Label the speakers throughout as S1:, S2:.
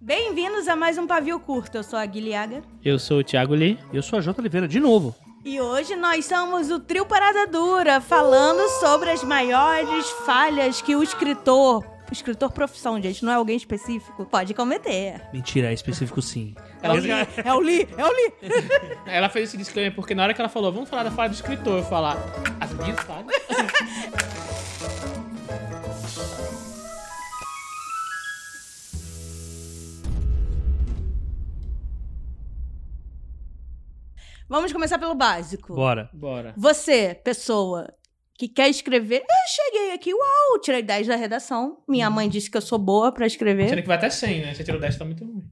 S1: Bem-vindos a mais um Pavio Curto. Eu sou a Guilhaga.
S2: Eu sou o Thiago Lee.
S3: Eu sou a Jota Oliveira, de novo.
S1: E hoje nós somos o Trio Parada Dura, falando sobre as maiores falhas que o escritor, o escritor profissão, gente, não é alguém específico, pode cometer.
S3: Mentira, é específico sim.
S1: É o Li, é o Li, é o Li.
S2: Ela fez esse disclaimer porque na hora que ela falou, vamos falar da falha do escritor, eu falar as minhas falhas.
S1: Vamos começar pelo básico.
S3: Bora.
S2: Bora.
S1: Você, pessoa que quer escrever, eu cheguei aqui, uau, tirei 10 da redação. Minha mãe disse que eu sou boa pra escrever.
S2: Sendo que vai até 100, né? Você tirou 10, tá muito ruim.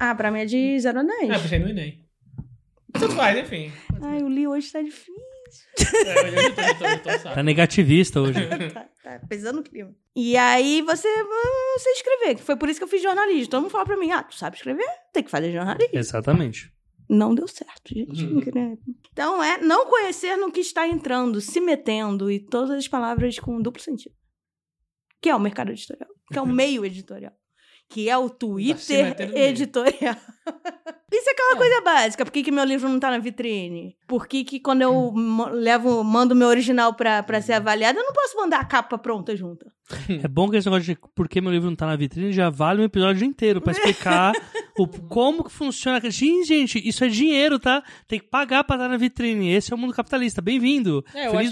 S1: Ah, pra mim é de 0 a
S2: Ah,
S1: 10.
S2: pensei no Enem. Tudo faz, enfim.
S1: Ai, o Li hoje tá difícil.
S2: É, hoje eu tô, eu tô, eu tô,
S3: Tá
S2: sabe?
S3: negativista hoje.
S1: Tá, tá pesando o clima. E aí você, você escrever, que foi por isso que eu fiz jornalismo. Todo mundo fala pra mim, ah, tu sabe escrever? Tem que fazer jornalismo.
S3: Exatamente.
S1: Não deu certo, gente.
S2: Uhum.
S1: Incrível. Então é não conhecer no que está entrando, se metendo e todas as palavras com duplo sentido. Que é o mercado editorial, que é o meio editorial, que é o Twitter
S2: Tá metendo no meio.
S1: editorial. Isso é aquela coisa básica. Por que, que meu livro não tá na vitrine? Por que, que quando
S2: Hum.
S1: eu mo- levo, mando meu original pra, pra
S2: Uhum.
S1: ser avaliado, eu não posso mandar a capa pronta junta?
S3: É bom que esse negócio de por que meu livro não tá na vitrine já vale um episódio inteiro pra explicar o, como que funciona. Gente, gente, isso é dinheiro, tá? Tem que pagar pra estar na vitrine. Esse é o mundo capitalista. Bem-vindo.
S2: É, eu
S3: Feliz
S2: acho-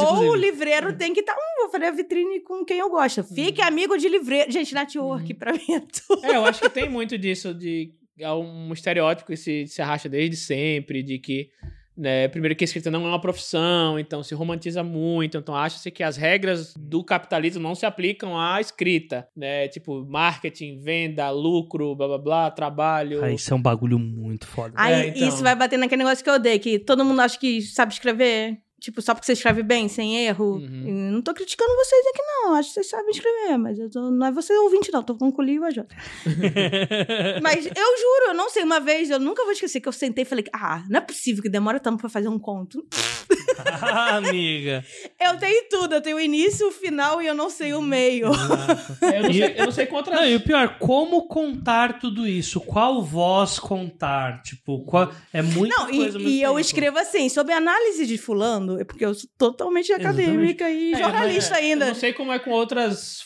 S1: Ou o
S3: inclusive.
S2: É.
S1: livreiro tem que estar. Tá, hum, vou fazer a vitrine com quem eu gosto.
S2: Uhum.
S1: Fique amigo de livreiro. Gente, network pra mim é tudo.
S2: É, eu acho que tem muito disso de é um estereótipo que se, se arrasta desde sempre, de que né, primeiro que a escrita não é uma profissão, então se romantiza muito, então acha-se que as regras do capitalismo não se aplicam à escrita, né? Tipo, marketing, venda, lucro, blá blá blá, trabalho.
S3: Ah, isso é um bagulho muito foda.
S1: Aí
S2: É, então.
S1: isso vai bater naquele negócio que eu odeio, que todo mundo acha que sabe escrever. Tipo, só porque você escreve bem, sem erro.
S2: Uhum.
S1: E Não tô criticando vocês aqui, não. Acho que vocês sabem escrever, mas eu tô- não é você ouvinte, não. Tô falando com o Lio e a Jota. mas eu juro, eu não sei. Uma vez, eu nunca vou esquecer que eu sentei e falei: Ah, não é possível que demora tanto pra fazer um conto.
S3: Ah, amiga.
S1: Eu tenho tudo. Eu tenho o início, o final e eu não sei o meio.
S2: É, Eu não sei, eu não sei contra
S3: Não, e o pior, como contar tudo isso? Qual voz contar? Tipo, qual... é muito
S1: Não, e, e eu escrevo assim, sobre análise de fulano, é porque eu sou totalmente
S3: Exatamente.
S1: acadêmica e
S2: É,
S1: jornalista
S2: mas, é,
S1: ainda.
S2: Eu não sei como é com outras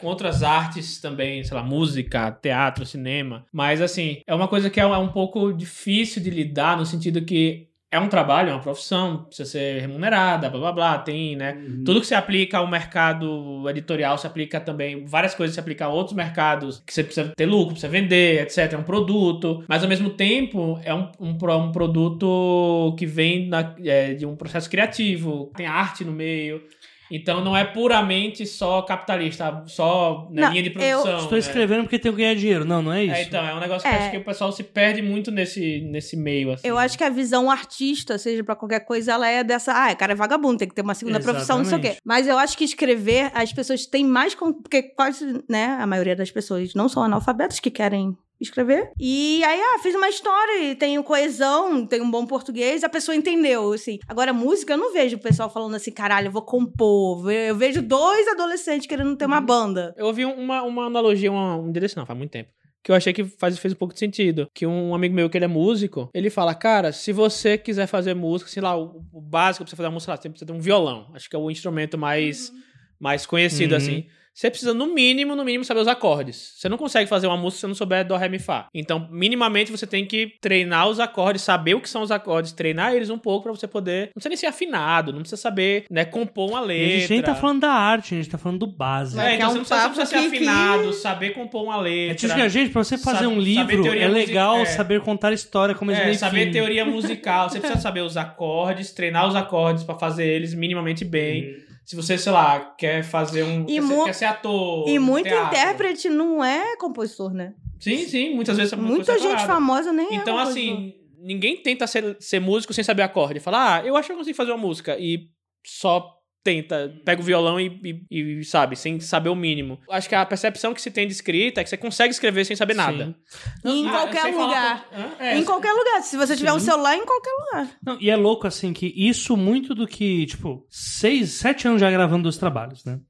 S2: com outras artes também, sei lá, música, teatro, cinema, mas assim, é uma coisa que é um, é um pouco difícil de lidar no sentido que é um trabalho, é uma profissão, precisa ser remunerada, blá blá blá, tem, né? Tudo que se aplica ao mercado editorial se aplica também, várias coisas se aplicam a outros mercados, que você precisa ter lucro, precisa vender, etc. É um produto, mas ao mesmo tempo é um, um, pro- um produto que vem na- é, de um processo criativo, tem arte no meio. Então não é puramente só capitalista, só na
S1: Não,
S2: linha de
S1: eu-
S2: produção.
S3: Estou
S2: né?
S3: escrevendo porque tenho que ganhar dinheiro. Não, não é isso.
S2: É, então, é um negócio que
S1: É.
S2: acho que o pessoal se perde muito nesse, nesse meio, assim.
S1: Eu acho que a visão artista, seja pra qualquer coisa, ela é dessa. Ah, o cara é vagabundo, tem que ter uma segunda profissão, não sei o quê.
S3: Exatamente.
S1: Mas eu acho que escrever, as pessoas têm mais. con- Porque quase, né? A maioria das pessoas não são analfabetas que querem escrever. E aí, ah, fiz uma história e tenho coesão, tenho um bom português, a pessoa entendeu, assim. Agora, música, eu não vejo o pessoal falando assim, caralho, eu vou compor. Eu eu vejo dois adolescentes querendo ter uma
S2: Uhum.
S1: banda.
S2: Eu ouvi uma, uma analogia, uma, um direção, não, faz muito tempo. Que eu achei que faz, fez um pouco de sentido. Que um amigo meu, que ele é músico, ele fala, cara, se você quiser fazer música, sei lá, o, o básico pra você fazer uma música, lá, você precisa ter um violão. Acho que é o instrumento mais, mais conhecido,
S3: Uhum.
S2: assim. Você precisa, no mínimo, no mínimo, saber os acordes. Você não consegue fazer uma música se você não souber Dó, Ré, Mi, Fá. Então, minimamente, você tem que treinar os acordes, saber o que são os acordes, treinar eles um pouco pra você poder... Não precisa nem ser afinado, não precisa saber, né, compor uma
S3: E
S2: letra.
S3: a gente nem tá falando da arte, a gente tá falando do básico.
S1: Mas
S2: É,
S1: que é
S2: então
S1: um
S2: você não precisa, você não
S1: papo
S2: precisa
S1: que-
S2: ser afinado, saber compor uma
S3: É
S2: letra.
S3: tipo que a gente, pra você fazer
S2: Sabe-
S3: um
S2: saber
S3: livro,
S2: teoria
S3: é
S2: musical,
S3: legal
S2: é.
S3: saber contar história, como
S2: É, saber teoria musical, você precisa saber os acordes, treinar os acordes pra fazer eles minimamente
S3: Uhum.
S2: bem. Se você, sei lá, quer fazer um.
S1: E
S2: quer, ser,
S1: mu-
S2: quer ser ator.
S1: E muito
S2: teatro.
S1: intérprete não é compositor, né?
S2: Sim, sim, muitas vezes é uma
S1: Muita
S2: coisa
S1: gente
S2: separada.
S1: famosa nem é.
S2: Então,
S1: compositor.
S2: assim, ninguém tenta ser, ser músico sem saber acorde. Fala, ah, eu acho que eu consigo fazer uma música. E só tenta, pega o violão e, e- e, sabe, sem saber o mínimo. Acho que a percepção que se tem de escrita é que você consegue escrever sem saber nada.
S1: Em
S2: Ah,
S1: qualquer
S2: sem falar
S1: lugar.
S2: com- Hã? É,
S1: em qualquer lugar. Se você tiver um
S3: Sim.
S1: celular, em qualquer lugar.
S3: Não, e é louco, assim, que isso muito do que, tipo, seis, sete anos já gravando dos trabalhos, né?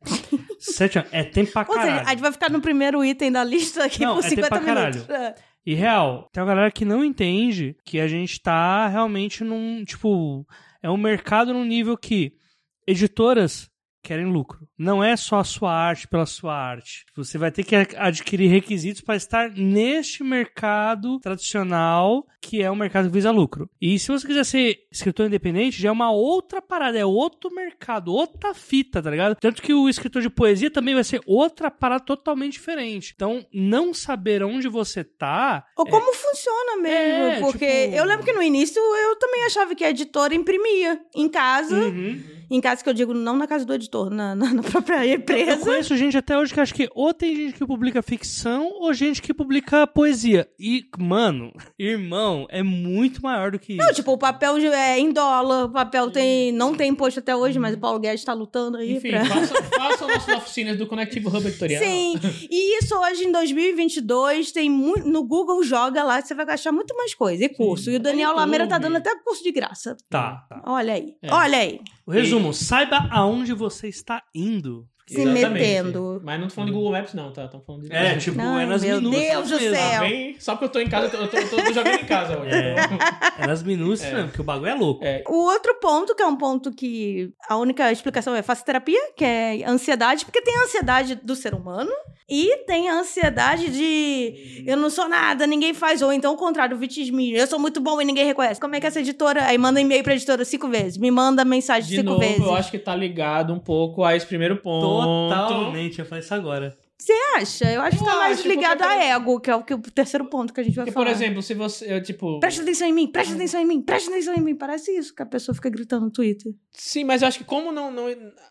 S3: Sete anos. É tempo pra
S1: Ou seja, a
S3: caralho.
S1: gente vai ficar no primeiro item da lista aqui
S3: Não,
S1: por
S3: é tempo
S1: 50
S3: pra
S1: minutos. É.
S3: E real, tem uma galera que não entende que a gente tá realmente num. Tipo, é um mercado num nível que editoras querem lucro. Não é só a sua arte pela sua arte. Você vai ter que adquirir requisitos para estar neste mercado tradicional, que é um mercado que visa lucro. E se você quiser ser escritor independente, já é uma outra parada, é outro mercado, outra fita, tá ligado? Tanto que o escritor de poesia também vai ser outra parada totalmente diferente. Então, não saber onde você tá
S1: Ou como funciona mesmo.
S3: É,
S1: porque
S3: tipo-
S1: eu lembro que no início eu também achava que a editora imprimia em casa.
S3: Uhum.
S1: Em casa que eu digo, não na casa do editor, na, na- na própria
S3: Eu
S1: empresa.
S3: conheço gente até hoje que acho que ou tem gente que publica ficção ou gente que publica poesia. E, mano, irmão, é muito maior do que isso.
S1: Não, tipo, o papel de- é em dólar, o papel tem, não tem imposto até hoje, mas o Paulo Guedes tá lutando aí
S2: Enfim,
S1: pra...
S2: façam façam nossas oficinas do Conectivo Hub Editorial.
S1: Sim, e isso hoje em 2022 tem muito. No Google joga lá, você vai achar muito mais coisa. E curso. E o Daniel
S2: É YouTube.
S1: Lameira tá dando até curso de graça.
S3: Tá, tá.
S1: Olha aí.
S2: É.
S1: Olha aí.
S3: O resumo, saiba aonde você está indo.
S1: Se
S2: Exatamente.
S1: metendo.
S2: Mas não tô falando de Google Maps, não, tá? Estamos falando de.
S3: É, tipo,
S1: Ai,
S3: é nas
S1: meu
S3: minúcias
S1: Deus do
S3: mesmo.
S1: céu.
S2: Bem, só porque eu tô em casa, eu tô, eu tô- eu tô- tô jogando em casa hoje.
S3: É.
S2: então-
S3: É nas minúcias
S2: É.
S3: mesmo, porque o bagulho é louco.
S2: É.
S1: O outro ponto, que é um ponto que a única explicação é faço terapia, que é ansiedade, porque tem a ansiedade do ser humano e tem a ansiedade de eu não sou nada, ninguém faz, ou então o contrário, o vitimismo, eu sou muito bom e ninguém reconhece. Como é que essa editora. Aí manda e-mail pra editora cinco vezes, me manda mensagem
S2: De
S1: cinco
S2: novo,
S1: vezes.
S2: eu acho que tá ligado um pouco a esse primeiro ponto.
S3: Totalmente, eu falei isso agora.
S1: acha? Eu acho que
S2: Eu
S1: tá mais
S2: acho,
S1: ligado
S2: porque,
S1: a
S2: por
S1: ego, que é o, que, o terceiro ponto que a gente vai
S2: Porque,
S1: falar.
S2: por exemplo, se você. eu, tipo.
S1: Presta atenção em mim, presta atenção em mim, presta atenção em mim. Parece isso que a pessoa fica gritando no Twitter.
S2: Sim, mas eu acho que como não, não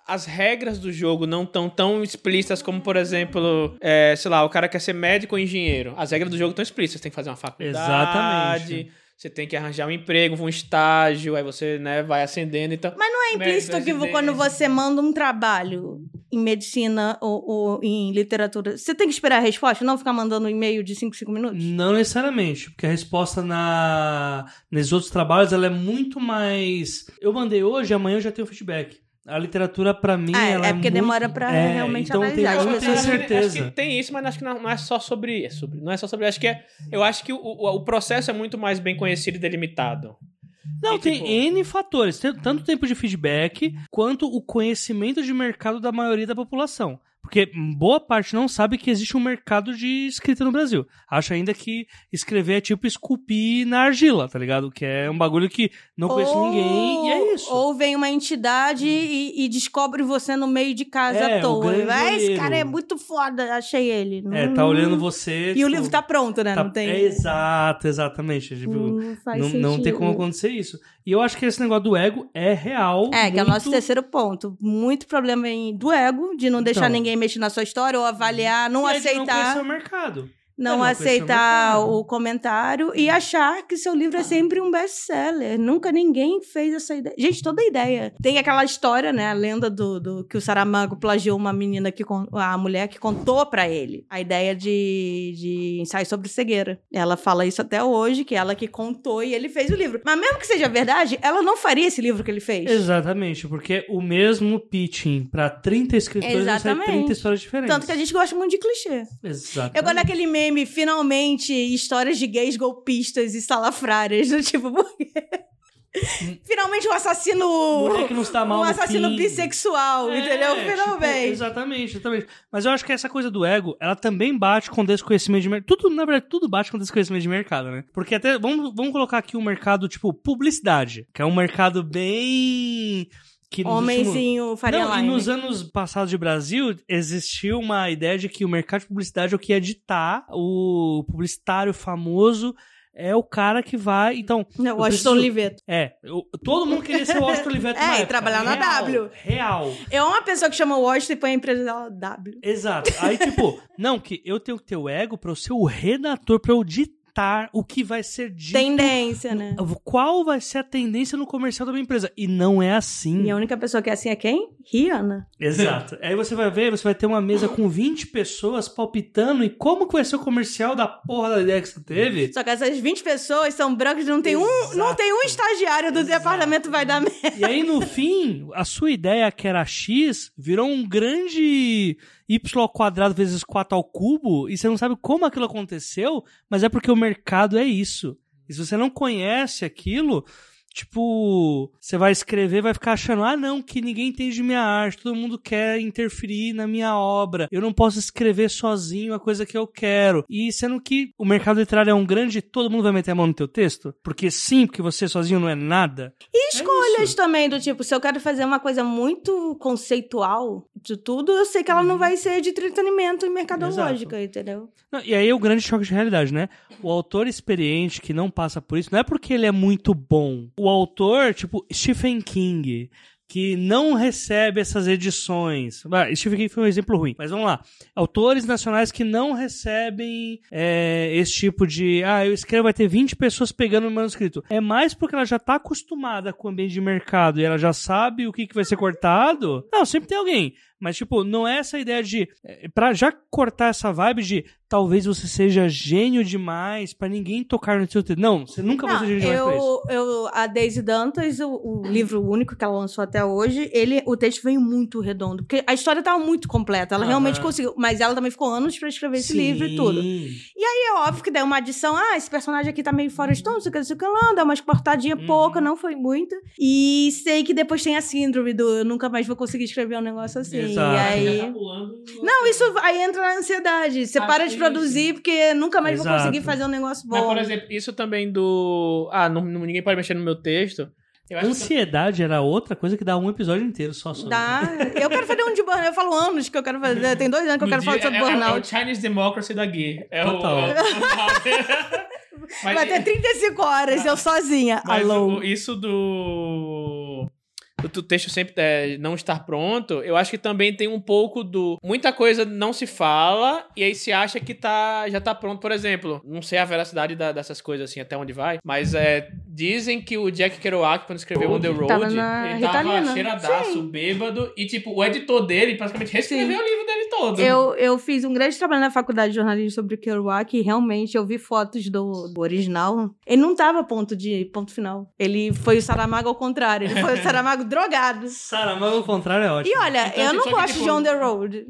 S2: as regras do jogo não estão tão explícitas como, por exemplo, é, sei lá, o cara quer ser médico ou engenheiro. As regras do jogo estão explícitas. Você tem que fazer uma faculdade.
S3: Exatamente.
S2: Você tem que arranjar um emprego, um estágio, aí você né, vai ascendendo. Então, mas não
S1: É implícito que vo- quando você manda um trabalho em medicina ou, ou em literatura, você tem que esperar a resposta, não ficar mandando um e-mail de 5, 5 minutos?
S3: Não necessariamente, porque a resposta na nesses outros trabalhos ela é muito mais. Eu mandei hoje, amanhã eu já tenho feedback. A literatura pra mim
S1: Ah, é
S3: ela
S1: porque
S3: muito-
S1: demora pra realmente
S3: então
S1: analisar.
S3: Tem,
S1: As
S3: eu não tenho
S1: pessoas-
S3: certeza.
S2: Acho que tem isso, mas acho que não, não é só sobre, é sobre. Não é só sobre. Acho que é. Eu acho que o, o, o processo é muito mais bem conhecido e delimitado.
S3: Não,
S2: E,
S3: tem
S2: tipo-
S3: N fatores. Tem tanto tempo de feedback quanto o conhecimento de mercado da maioria da população. Porque boa parte não sabe que existe um mercado de escrita no Brasil. Acha ainda que escrever é tipo esculpir na argila, tá ligado? Que é um bagulho que não conhece
S1: Ou-
S3: ninguém e é isso.
S1: Ou vem uma entidade e, e descobre você no meio de casa
S3: É,
S1: à
S3: o
S1: toa.
S3: grande
S1: Ah, esse
S3: olheiro.
S1: cara é muito foda, achei ele.
S3: É,
S1: Hum.
S3: tá olhando você.
S1: E o livro tá pronto, né? não tem.
S3: É, exato, exatamente. Tipo,
S1: Não faz
S3: não, não tem
S1: sentido.
S3: como acontecer isso. E eu acho que esse negócio do ego é real.
S1: É, que é o nosso
S3: muito-
S1: terceiro ponto. Muito problema em- do ego, de não deixar
S3: Então.
S1: ninguém mexer na sua história, ou avaliar, não
S3: e é de Não
S1: aceitar,
S3: conhecer o
S1: não,
S3: mercado. não conhecer o é
S1: aceitar
S3: mercado.
S1: o comentário e achar que seu
S3: Ah.
S1: livro é sempre um best-seller. Nunca ninguém fez essa ideia. Gente, toda ideia. Tem aquela história, né? A lenda do, do- que o Saramago plagiou uma menina que con- a mulher que contou pra ele a ideia de, de ensaio sobre cegueira. Ela fala isso até hoje, que ela que contou e ele fez o livro. Mas mesmo que seja verdade, ela não faria esse livro que ele fez.
S3: Exatamente, porque o mesmo pitching pra 30 escritores vai sair
S1: Exatamente.
S3: 30 histórias diferentes.
S1: Tanto que a gente gosta muito de clichê.
S3: Exatamente.
S1: Eu gosto daquele meme, finalmente, histórias de gays golpistas e salafrárias. Do tipo, por quê? Finalmente um assassino.
S3: Mulher que não está Hum. tá mal
S1: um
S3: no
S1: assassino
S3: fim.
S1: bissexual,
S3: É,
S1: entendeu?
S3: tipo,
S1: Finalmente.
S3: exatamente, exatamente. Mas eu acho que essa coisa do ego, ela também bate com desconhecimento de mercado. Tudo, na verdade, tudo bate com desconhecimento de mercado, né? Porque até, vamos, vamos colocar aqui um mercado, tipo, publicidade, que é um mercado bem... Que nos últimos-
S1: Homenzinho Faria
S3: Não, e
S1: Lime.
S3: nos anos passados de Brasil, existiu uma ideia de que o mercado de publicidade é o que ia ditar. O publicitário famoso é o cara que vai. Então,
S1: Não,
S3: eu
S1: Washington
S3: preciso-
S1: Oliveto.
S3: é. eu- todo mundo queria ser o Oscar Oliveto.
S1: É, e
S3: na época.
S1: trabalhar na
S3: Real,
S1: W.
S3: Real.
S1: É uma pessoa que chama Washington e põe a empresa dela W.
S3: Exato. Aí, tipo, não, que eu tenho que ter o ego pra eu ser o redator, pra eu ditar ditar o que vai ser dito.
S1: Tendência, né?
S3: Qual vai ser a tendência no comercial da minha empresa? E não é assim.
S1: E a única pessoa que é assim é quem? Rihanna.
S3: Exato. Aí você vai ver, você vai ter uma mesa com 20 pessoas palpitando e como que vai ser o comercial da porra da ideia que você teve?
S1: Só que essas 20 pessoas são brancas e não tem um, não tem um estagiário do departamento vai dar merda.
S3: E aí, no fim, a sua ideia que era X virou um grande Y ao quadrado vezes 4 ao cubo e você não sabe como aquilo aconteceu, mas é porque o mercado é isso. E se você não conhece aquilo, tipo, você vai escrever, vai ficar achando, ah, não, que ninguém entende minha arte, todo mundo quer interferir na minha obra, eu não posso escrever sozinho a coisa que eu quero. E sendo que o mercado literário é um grande, todo mundo vai meter a mão no teu texto? Porque sim, porque você sozinho não é nada. É
S1: E escolhas também, do tipo, se eu quero fazer uma coisa muito conceitual de tudo, eu sei que ela
S3: Uhum.
S1: não vai ser de entretenimento e mercadológica, entendeu?
S3: Não, e aí é o grande choque de realidade, né? O autor experiente que não passa por isso, não é porque ele é muito bom. O autor, tipo Stephen King, que não recebe essas edições. Ah, Stephen King foi um exemplo ruim, mas vamos lá. Autores nacionais que não recebem é, esse tipo de. Ah, eu escrevo, vai ter 20 pessoas pegando o manuscrito. É mais porque ela já tá acostumada com o ambiente de mercado e ela já sabe o que, que vai ser cortado. Não, sempre tem alguém. Mas, tipo, não é essa ideia de. é, Pra já cortar essa vibe de talvez você seja gênio demais pra ninguém tocar no seu texto. Não, você nunca vai ser
S1: Não,
S3: gênio demais pra isso.
S1: eu, eu, a Daisy Dantas, o, o livro único que ela lançou até hoje, ele, o texto veio muito redondo, porque a história tava muito completa, ela
S3: Aham.
S1: realmente conseguiu, mas ela também ficou anos pra escrever esse livro e tudo. E é óbvio que daí uma adição, ah, esse personagem aqui tá meio fora de tom, não sei o que, não sei o que lá, dá umas cortadinhas
S3: Uhum.
S1: pouca, não foi muita. E sei que depois tem a síndrome do eu nunca mais vou conseguir escrever um negócio assim.
S3: Exato.
S1: E
S2: Já tá
S1: aí...
S2: pulando.
S1: Não, isso aí entra na ansiedade. Você
S2: Ah,
S1: para de
S2: sim,
S1: produzir porque nunca mais vou
S3: Exato.
S1: conseguir fazer um negócio bom.
S2: Mas, por exemplo, isso também do. Ah, não, não- ninguém pode mexer no meu texto. Eu acho que
S3: Ansiedade era outra coisa que dá um episódio inteiro só sobre.
S1: Dá. Eu quero fazer um de burnout. Eu falo anos que eu quero fazer. Tem dois anos que eu
S2: no
S1: quero
S2: dia-
S1: falar sobre
S2: é- é- É, o
S1: burnout.
S2: Chinese Democracy da Gui. É
S3: Total.
S2: O, é o- Mas-
S1: Vai ter 35 horas, eu sozinha.
S2: Mas
S1: Alô.
S2: o- isso do. do teu texto sempre é, não estar pronto, eu acho que também tem um pouco do. Muita coisa não se fala e aí se acha que tá, já tá pronto. Por exemplo, não sei a veracidade da- dessas coisas assim, até onde vai, mas é, dizem que o Jack Kerouac, quando escreveu On the Road,
S1: Tava na
S2: ele
S1: Rita né?
S2: tava
S1: Lina.
S2: cheiradaço, bêbado e tipo, o editor dele praticamente reescreveu
S1: Sim.
S2: o livro dele todo.
S1: Eu, eu fiz um grande trabalho na faculdade de jornalismo sobre o Kerouac e realmente eu vi fotos do, do original. Ele não tava ponto de ponto final. Ele foi o Saramago ao contrário. Ele foi o Saramago drogado.
S3: Saramago ao contrário é ótimo.
S1: E olha,
S2: Então,
S1: eu
S2: assim,
S1: não
S2: só que,
S1: gosto
S2: tipo,
S1: de On The Road.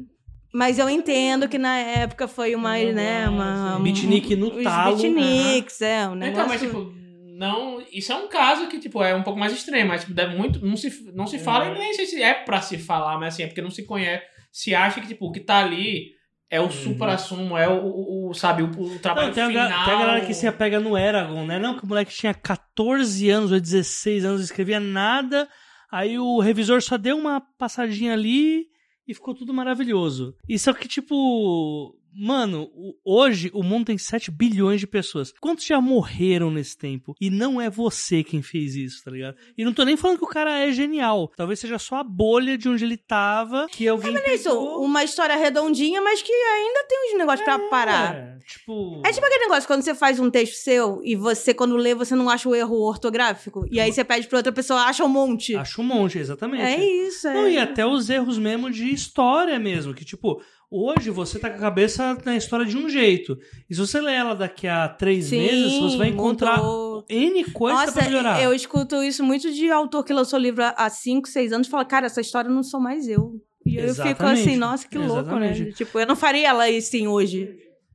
S1: Mas eu entendo que na época foi uma,
S2: Não,
S1: né, uma...
S2: sim.
S1: um-
S3: Beatnik no
S1: os
S3: talo.
S1: beatniks, é, um negócio...
S2: Então, mas tipo, não. Isso é um caso que, tipo, é um pouco mais extremo, mas tipo, deve muito. Não se, não se fala, e nem sei se é pra se falar, mas assim, é porque não se conhece. Se acha que, tipo, o que tá ali é
S1: Uhum.
S2: o supra-sumo, é o, o, o, sabe, o, o trabalho
S3: Não, tem, a,
S2: final.
S3: ga- tem a galera que se apega no Eragon, né? Não, que o moleque tinha 14 anos ou 16 anos, não escrevia nada. Aí o revisor só deu uma passadinha ali e ficou tudo maravilhoso. E só que, tipo. Mano, o- hoje o mundo tem 7 bilhões de pessoas. Quantos já morreram nesse tempo? E não é você quem fez isso, tá ligado? E não tô nem falando que o cara é genial. Talvez seja só a bolha de onde ele tava que alguém.
S1: É isso,
S3: pegou.
S1: uma história redondinha, mas que ainda tem uns negócios pra parar.
S3: É, tipo.
S1: É tipo aquele negócio, quando você faz um texto seu e você, quando lê, você não acha o erro ortográfico. E aí você pede pra outra pessoa, acha um monte.
S3: Acho um monte, exatamente.
S1: É isso, é.
S3: Não, e até os erros mesmo de história mesmo, que tipo, hoje você tá com a cabeça na história de um jeito. E se você lê ela daqui a três
S1: Sim,
S3: meses, você vai encontrar
S1: mudou.
S3: N coisa
S1: Nossa,
S3: pra melhorar.
S1: eu escuto isso muito de autor que lançou livro há- há 5, 6 anos e fala, cara, essa história não sou mais eu. E eu fico
S3: Exatamente.
S1: assim, nossa, que louco, né?
S3: Exatamente.
S1: Tipo, eu não faria ela assim hoje.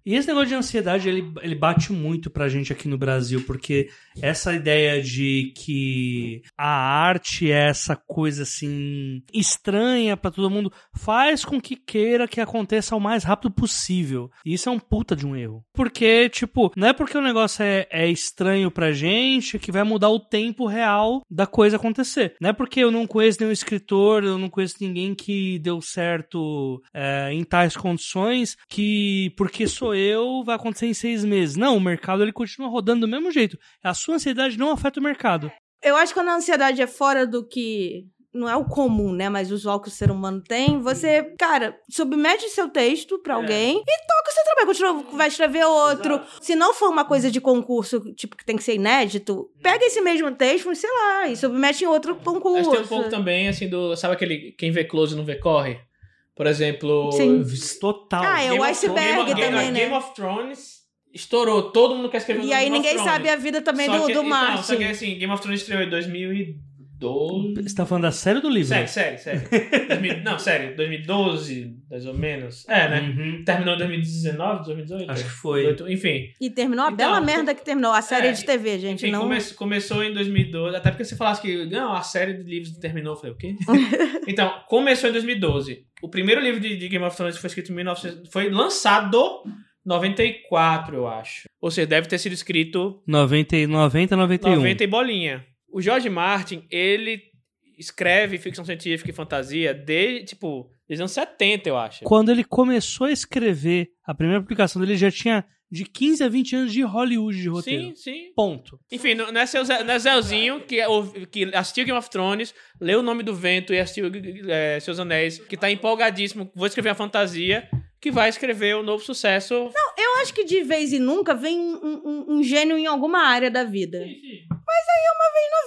S3: E esse negócio de ansiedade, ele, ele bate muito pra gente aqui no Brasil, porque essa ideia de que a arte é essa coisa assim estranha pra todo mundo faz com que queira que aconteça o mais rápido possível. E isso é um puta de um erro. Porque, tipo, não é porque o negócio é, é estranho pra gente que vai mudar o tempo real da coisa acontecer. Não é porque eu não conheço nenhum escritor, eu não conheço ninguém que deu certo é, em tais condições que porque sou eu vai acontecer em seis meses. Não, o mercado ele continua rodando do mesmo jeito. A sua ansiedade não afeta o mercado.
S1: Eu acho que quando a ansiedade é fora do que não é o comum, né? Mas o usual que o ser humano tem, você, cara, submete seu texto
S2: É.
S1: pra alguém e toca o seu trabalho. Continua, vai escrever outro. Se não for uma coisa de concurso, tipo, que tem que ser inédito, pega esse mesmo texto, sei lá, e submete em outro
S2: Mas
S1: concurso.
S2: tem um pouco também, assim, do. Sabe aquele. Quem vê close não vê corre? Por exemplo.
S1: Sim.
S3: Total.
S1: Ah, é o
S2: of-
S1: iceberg
S2: Game of-
S1: também,
S2: Game, of-
S1: né?
S2: Game of Thrones estourou. Todo mundo quer escrever
S1: e
S2: no
S1: aí
S2: Game of
S1: ninguém
S2: Thrones.
S1: sabe a vida também
S2: Só
S1: do,
S2: que-
S1: do
S2: não, Só que
S1: Martin.
S2: assim, Game of Thrones estreou em 2012.
S3: Você tá falando da série ou do livro?
S2: Sério, sério, sério. 2000 não, sério, 2012, mais ou menos. É, né?
S3: Uhum.
S2: Terminou em 2019, 2018?
S3: Acho que foi.
S2: 18, enfim.
S1: E terminou a
S2: Então,
S1: bela merda que terminou. A série
S2: é,
S1: de TV, gente.
S2: enfim
S1: não...
S2: come- começou em 2012. Até porque você falasse que não, a série de livros terminou. Eu falei, o quê? então, começou em 2012. O primeiro livro de, de Game of Thrones foi escrito em 1900. Foi lançado em 94, eu acho. Ou seja, deve ter sido escrito
S3: 90, e- um. 90 91.
S2: 90 e um. bolinha. O George Martin, ele escreve ficção científica e fantasia desde, tipo, desde os anos 70, eu acho.
S3: Quando ele começou a escrever a primeira publicação dele, ele já tinha de 15 a 20 anos de Hollywood de roteiro.
S2: Sim, sim.
S3: Ponto.
S2: Enfim, não não é, seu Zé- não é Zéuzinho que, é o- que assistiu Game of Thrones, leu O Nome do Vento e assistiu é, Seus Anéis, que tá empolgadíssimo, vou escrever a fantasia, que vai escrever o novo sucesso.
S1: Eu acho que de vez em nunca vem um, um- um gênio em alguma área da vida. é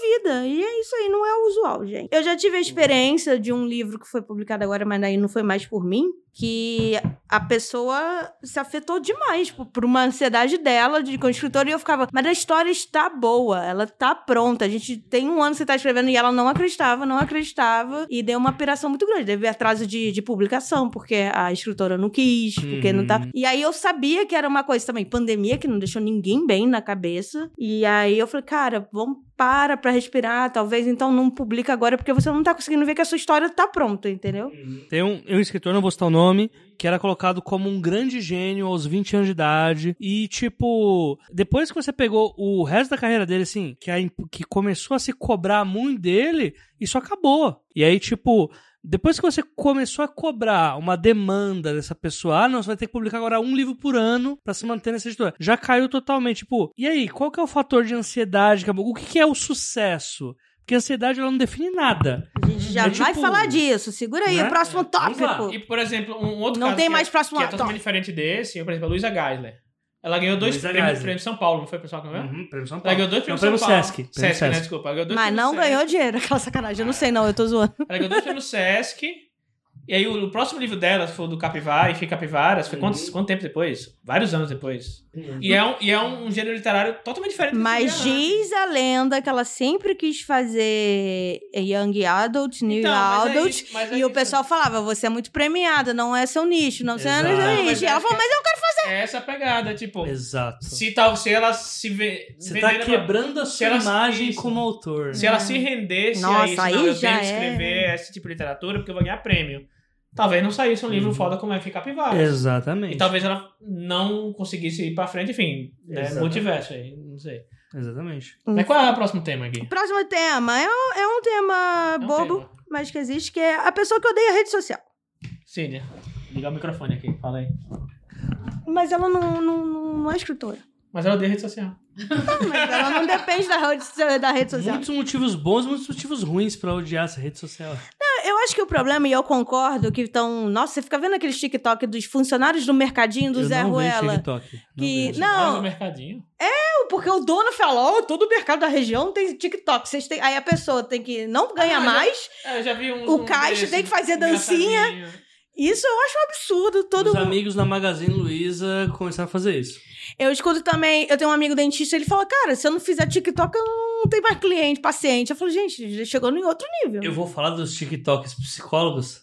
S1: vida. E é isso aí, não é o usual, gente. Eu já tive a experiência de um livro que foi publicado agora, mas aí não foi mais por mim, que a pessoa se afetou demais por, por uma ansiedade dela de com o escritor e eu ficava, mas a história está boa, ela está pronta. A gente tem um ano que você está escrevendo e ela não acreditava, não acreditava e deu uma piração muito grande. Teve atraso de, de publicação porque a escritora não quis, porque não tá. E aí eu sabia que era uma coisa também, pandemia que não deixou ninguém bem na cabeça. E aí eu falei, cara, vamos para pra respirar, talvez então não publica agora porque você não tá conseguindo ver que a sua história tá pronta, entendeu?
S3: Tem um, um escritor, não vou citar o nome, que era colocado como um grande gênio aos 20 anos de idade. E, tipo, depois que você pegou o resto da carreira dele, assim, que, a imp- que começou a se cobrar muito dele, isso acabou. E aí, tipo. Depois que você começou a cobrar uma demanda dessa pessoa, ah, não, você vai ter que publicar agora um livro por ano pra se manter nessa editora. Já caiu totalmente. Tipo, e aí, qual que é o fator de ansiedade? que acabou? O que, que é o sucesso? Porque a ansiedade, ela não define nada.
S1: A gente já
S3: É
S1: vai
S3: tipo-
S1: falar disso. Segura aí,
S3: Né?
S1: o próximo
S3: Vamos lá.
S1: tópico.
S2: E, por exemplo, um outro
S1: Não
S2: caso
S1: tem
S2: que é-
S1: mais próximo
S2: que é
S1: ato.
S2: totalmente diferente desse, por exemplo, a Luísa Geisler. Ela ganhou dois
S3: Luísa
S2: prêmios,
S3: Geisler.
S2: prêmios de São Paulo, não foi, pessoal? É que ganhou?
S3: prêmio São
S2: Ela ganhou dois
S3: Não,
S2: prêmios
S3: prêmio
S2: São Paulo.
S3: Sesc.
S2: Sesc,
S3: Prêmio
S2: né?
S3: Sesc.
S2: Desculpa. Ela ganhou dois
S1: Mas
S2: prêmios
S1: não
S2: Sesc.
S1: ganhou dinheiro, aquela sacanagem. Eu não sei não, eu tô zoando.
S2: Ela ganhou dois prêmios Sesc. E aí o, o próximo livro dela foi o do Capivara, Enfim Capivaras. Foi
S3: Uhum.
S2: quantos- quanto tempo depois? Vários anos depois. E é um, e é um, um gênero literário totalmente diferente. do que
S1: Mas
S2: você vê lá.
S1: diz a lenda que ela sempre quis fazer Young Adult, New
S2: Então, mas é
S1: Adult.
S2: isso, mas é
S1: e o
S2: isso.
S1: pessoal falava, você é muito premiada, não é seu nicho, não você não é
S3: Exato.
S1: seu
S2: Mas
S1: nicho. E ela
S2: acho
S1: falou,
S2: que-
S1: mas eu
S2: É essa a pegada, tipo...
S3: Exato.
S2: Se, tal, se ela se vê...
S3: Você tá
S2: vendendo-
S3: quebrando a sua
S2: ela-
S3: imagem
S2: isso.
S3: como autor.
S2: Se ela se rendesse a
S1: Nossa,
S2: isso,
S1: aí
S2: não, eu
S1: já é.
S2: tenho que
S1: era.
S2: escrever esse tipo de literatura porque eu vou ganhar prêmio. Talvez não saísse um livro foda como é F. Capivara.
S3: Uhum. Exatamente.
S2: E talvez ela não conseguisse ir pra frente, enfim, né,
S3: Exatamente.
S2: multiverso aí, não sei.
S3: Exatamente.
S2: Mas qual é o próximo tema aqui?
S1: O próximo tema é um, é um tema
S2: um
S1: bobo,
S2: tema.
S1: mas que existe, que é a pessoa que odeia a rede social.
S2: Cília, ligar né? o microfone aqui, fala aí.
S1: Mas ela não, não, não é escritora.
S2: Mas ela odeia rede social.
S1: Não, mas ela não depende da rede, da rede social.
S3: Muitos motivos bons, muitos motivos ruins pra odiar essa rede social.
S1: Eu acho que o problema, e eu concordo, que estão. Nossa, você fica vendo aqueles TikTok dos funcionários do mercadinho do
S3: eu
S1: Zé
S3: não vejo
S1: Ruela.
S3: TikTok.
S1: Que-
S3: vejo.
S1: Não. é
S2: Vai no mercadinho.
S1: Não, porque o dono falou, todo o mercado da região tem TikTok. Vocês têm... Aí a pessoa tem que não ganhar
S2: Ah, já-
S1: mais.
S2: É, eu já vi um.
S1: O
S2: um
S1: caixa
S2: desse,
S1: tem que fazer dancinha.
S2: engraçadinho.
S1: Isso eu acho um absurdo. Todo
S3: Os amigos da Magazine Luiza começaram a fazer isso.
S1: Eu escuto também, eu tenho um amigo dentista, ele fala, cara, se eu não fizer TikTok, eu não tenho mais cliente, paciente. Eu falo, gente, já chegou em outro nível.
S3: Eu vou falar dos TikToks psicólogos.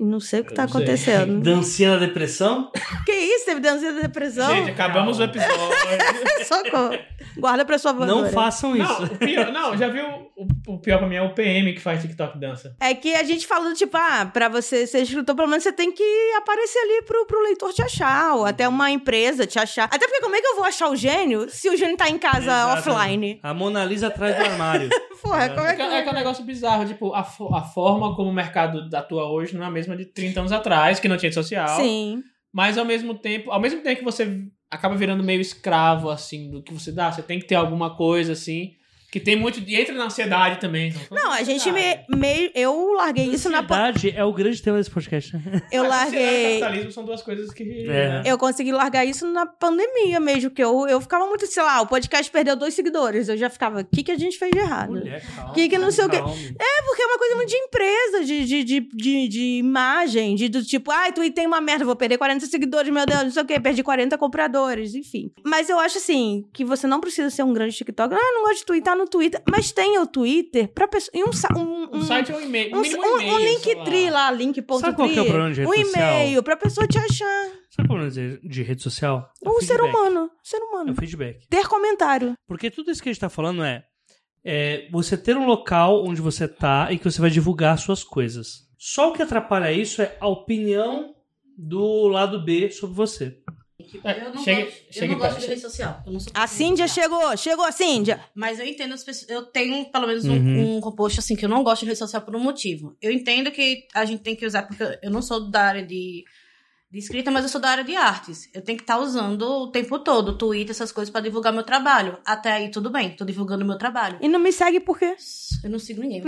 S1: Não sei o que tá
S2: Eu não sei.
S1: acontecendo.
S3: Dancinha da depressão?
S1: que isso? Teve dança da depressão?
S2: Gente, acabamos o episódio.
S1: Socorro. Guarda pra sua voadora.
S3: Não façam isso.
S2: não, o pior, não, já vi o, o- o pior pra mim é o PM que faz TikTok dança.
S1: É que a gente fala, do tipo, ah, pra você ser escritor, pelo menos você tem que aparecer ali pro, pro leitor te achar, ou
S2: Uhum.
S1: até uma empresa te achar. Até porque como é que eu vou achar o gênio se o gênio tá em casa
S3: Exato.
S1: offline?
S3: A Mona Lisa atrás do armário.
S1: Porra, como
S2: É
S1: é
S2: que
S1: que...
S2: é que é um negócio bizarro, tipo, a, fo- a forma como o mercado atua hoje não é a mesma de 30 anos atrás, que não tinha rede social.
S1: Sim.
S2: Mas ao mesmo tempo, ao mesmo tempo que você acaba virando meio escravo, assim, do que você dá, você tem que ter alguma coisa, assim, Que tem muito. E entra na ansiedade também. então.
S1: Não, a gente me, me- eu larguei isso na pan-
S3: Ansiedade é o grande tema desse podcast. né?
S1: eu
S2: Mas ansiedade e
S1: larguei
S2: capitalismo são duas coisas que.
S3: É.
S1: eu consegui largar isso na pandemia mesmo, que eu, eu ficava muito, sei lá, o podcast perdeu dois seguidores, eu já ficava, o que que a gente fez de errado?
S3: calma.
S1: Que que não sei o que-
S3: calma.
S1: É porque é uma coisa muito de empresa, de, de, de, de, de imagem, de do tipo, ai, tu tem uma merda, vou perder 40 seguidores, meu Deus, não sei o quê, perdi 40 compradores, enfim. Mas eu acho assim, que você não precisa ser um grande TikTok. Ah, não gosto de twittar no Twitter, mas tenha o Twitter pra pessoa. E um, sa- um,
S2: Um
S1: um-
S2: site é um e-mail. no
S1: um,
S2: mínimo
S1: um-
S2: e-mail,
S1: um
S2: sei
S1: Linktree lá, link.tri.
S3: Sabe qual que é o problema de rede
S1: Um
S3: social?
S1: e-mail pra pessoa te achar.
S3: Sabe qual é o problema de, de rede social? É
S1: Um ser
S3: feedback.
S1: humano. Ser
S3: É o
S1: humano.
S3: feedback.
S1: Ter comentário.
S3: Porque tudo isso que a gente tá falando é, é você ter um local onde você tá e que você vai divulgar suas coisas. Só o que atrapalha isso é a opinião do lado B sobre você.
S2: É,
S4: Eu não
S2: chega-
S4: gosto,
S2: chega
S4: eu não
S2: em
S4: gosto
S2: paz.
S4: de rede social. Eu não sou
S1: A é Cíndia
S4: social.
S1: chegou, chegou a Cíndia.
S4: Mas eu entendo as pessoas. Eu tenho, pelo menos, um-
S3: Uhum.
S4: um composto assim que eu não gosto de rede social por um motivo. Eu entendo que a gente tem que usar, porque eu não sou da área de, de escrita, mas eu sou da área de artes. Eu tenho que estar usando o tempo todo, o Twitter, essas coisas, pra divulgar meu trabalho. Até aí, tudo bem, tô divulgando meu trabalho.
S1: E não me segue por quê?
S4: Eu não sigo ninguém.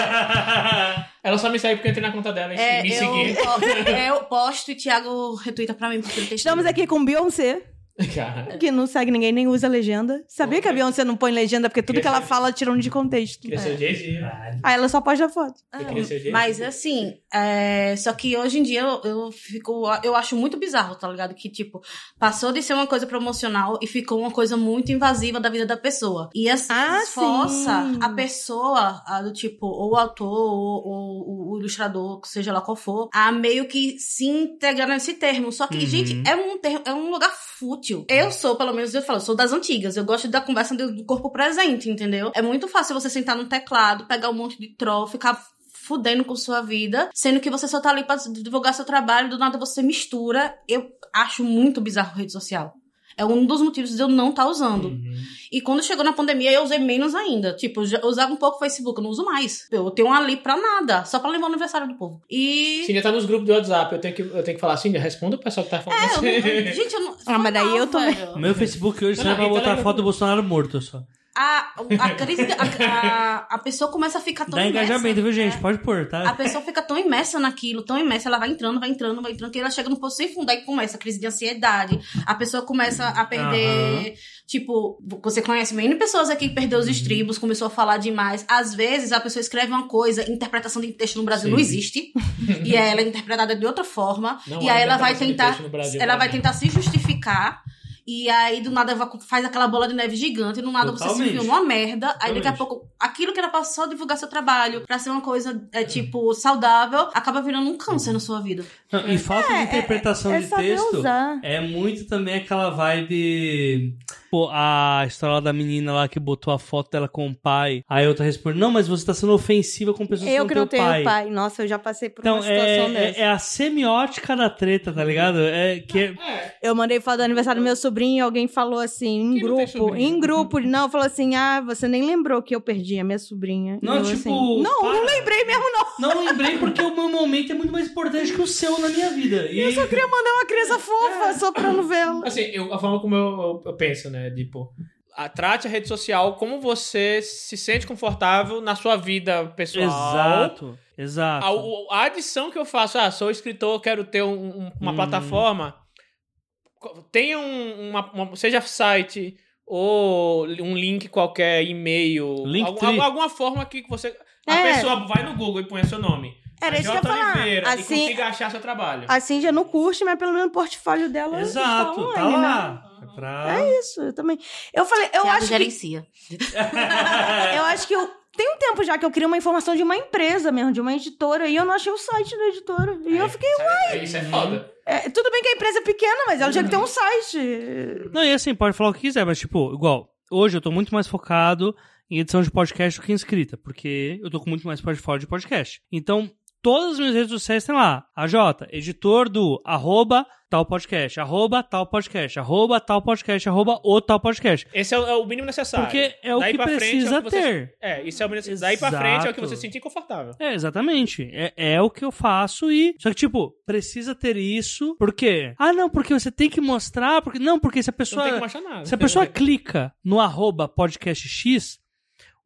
S2: lá. Ela só me segue porque eu entrei na conta dela e
S4: É,
S2: me
S4: eu,
S2: seguir.
S4: eu posto e Thiago retuita pra mim, porque eu não tenho
S1: Estamos aqui com Beyoncé.
S2: Cara,
S1: Que não segue ninguém, nem usa legenda. Sabia que
S3: Uhum.
S1: a Beyoncé não põe legenda porque tudo que ela fala tiram de contexto.
S2: queria ser o Jay-Z.
S1: Aí ela só posta foto.
S4: É. Ah,
S2: Eu queria ser gente.
S4: Mas assim, é, só que hoje em dia eu, eu fico. Eu acho muito bizarro, tá ligado? Que, tipo, passou de ser uma coisa promocional e ficou uma coisa muito invasiva da vida da pessoa. E assim,
S1: Ah,
S4: esforça
S1: sim.
S4: a pessoa, a do tipo, ou o autor, ou, ou o ilustrador, seja lá qual for, a meio que se integrar nesse termo. Só que,
S3: Uhum.
S4: gente, é um termo, é um lugar fútil. Eu sou, pelo menos, eu falo, eu sou das antigas. Eu gosto da conversa do do corpo presente, entendeu? É muito fácil você sentar num teclado, pegar um monte de troll, ficar fudendo com sua vida, sendo que você só tá ali pra divulgar seu trabalho, do nada você mistura. Eu acho muito bizarro rede social. É um dos motivos de eu não estar usando.
S2: Uhum.
S4: E quando chegou na pandemia, eu usei menos ainda. Tipo, eu já usava um pouco o Facebook, eu não uso mais. Eu tenho um ali pra nada, só pra lembrar o aniversário do povo. E.
S2: Cíndia tá nos grupos do WhatsApp. Eu tenho que, eu tenho que falar, Cíndia, responda o pessoal que tá falando.
S4: É, eu não-
S2: assim.
S4: eu- gente, eu não.
S1: Ah, mas daí
S4: Não,
S1: eu também.
S4: velho.
S3: O meu Facebook hoje
S2: Não,
S3: você
S2: não,
S3: vai
S2: então
S3: botar
S2: lembra-
S3: foto do Bolsonaro morto só.
S4: A, a crise. A, a, a pessoa começa a ficar tão.
S3: Dá
S4: imersa,
S3: engajamento, viu, gente?
S4: né?
S3: Pode pôr, tá?
S4: A pessoa fica tão imersa naquilo, tão imersa, ela vai entrando, vai entrando, vai entrando, que ela chega no posto sem fundo, aí começa a crise de ansiedade. A pessoa começa a perder. Tipo, você conhece mil pessoas aqui que perdeu os
S2: Uhum.
S4: estribos, começou a falar demais. Às vezes a pessoa escreve uma coisa, interpretação de texto no Brasil
S3: Sim.
S4: não existe. e aí ela é interpretada de outra forma.
S2: Não
S4: e
S2: há
S4: aí ela vai
S2: interpretação de
S4: tentar.
S2: texto no Brasil,
S4: Ela vai
S2: Brasil.
S4: tentar se justificar. E aí, do nada, vai- faz aquela bola de neve gigante, e do nada você se
S3: Totalmente.
S4: viu numa merda. Aí daqui a
S3: Totalmente.
S4: pouco, aquilo que era pra só divulgar seu trabalho, pra ser uma coisa, é, tipo, saudável, acaba virando um câncer na sua vida.
S3: Não, e falta de interpretação
S1: É
S3: de
S1: saber
S3: texto.
S1: usar.
S3: É muito também aquela vibe. Pô, a história lá da menina lá que botou a foto dela com o pai. Aí a outra responde: Não, mas você tá sendo ofensiva com pessoas
S1: Eu
S3: que
S1: que
S3: não
S1: não
S3: têm
S1: tenho pai.
S3: pai.
S1: Nossa, eu já passei por
S3: Então,
S1: uma situação
S3: é,
S1: dessa.
S3: é, é a semiótica da treta, tá ligado? É que é-
S1: Eu mandei foto do aniversário do meu sobrinho e alguém falou assim, em
S2: Quem não tem
S1: grupo.
S2: sobrinho?
S1: Em grupo, não, falou assim: ah, você nem lembrou que eu perdi a minha sobrinha.
S3: Não,
S1: E eu,
S3: tipo,
S1: assim, não,
S3: para.
S1: não lembrei mesmo, não.
S3: não lembrei porque o meu momento é muito mais importante que o seu na minha vida. E
S1: Eu só queria um mandar uma criança
S3: É.
S1: fofa, soprando vela.
S2: Assim, eu- a forma como eu, eu penso, né? Tipo, a, trate a rede social como você se sente confortável na sua vida pessoal.
S3: Exato, exato.
S2: A, o- a adição que eu faço, ah, sou escritor, quero ter um- um- uma
S3: Hum.
S2: plataforma. Co- Tenha um, uma, uma- seja site ou um link qualquer, e-mail,
S3: Linktree.
S2: algum- alguma forma que você. A
S1: É.
S2: pessoa vai no Google e põe seu nome.
S1: Era isso que eu ia
S2: J.
S1: falar.
S2: Oliveira, e
S1: Assim-
S2: consiga achar seu trabalho.
S1: Assim já não curte, mas pelo menos o portfólio dela.
S3: Exato,
S1: está
S3: tá
S1: online, né?
S3: lá. É pra-
S1: É isso, eu também. Eu falei, eu
S4: Thiago
S1: acho que
S4: gerencia.
S1: Eu acho que eu. Tem um tempo já que eu queria uma informação de uma empresa mesmo, de uma editora, e eu não achei o site da editora. E eu fiquei.
S2: uai! Isso é
S3: Uhum.
S2: foda.
S1: é, tudo bem que a empresa é pequena, mas ela tinha que ter um site.
S3: Não, e assim, pode falar o que quiser, mas tipo, igual, hoje eu tô muito mais focado em edição de podcast do que em escrita, porque eu tô com muito mais portfólio de podcast. Então, todas as minhas redes sociais tem lá, AJ, editor do arroba tal podcast, arroba tal podcast, arroba tal podcast, arroba o tal podcast.
S2: Esse é o, é o mínimo necessário.
S3: Porque é o
S2: Daí
S3: que
S2: pra frente é o
S3: precisa
S2: que você-
S3: ter.
S2: É, isso é o mínimo necessário. Daí pra frente é o que você
S3: Exato.
S2: se sentir confortável.
S3: É, exatamente. É, é o que eu faço e. Só que, tipo, precisa ter isso. Por quê? Ah, não, porque você tem que Então mostrar. Porque... Não, porque se a
S2: Não
S3: pessoa.
S2: tem como achar nada.
S3: Se a pessoa clica no arroba podcast X,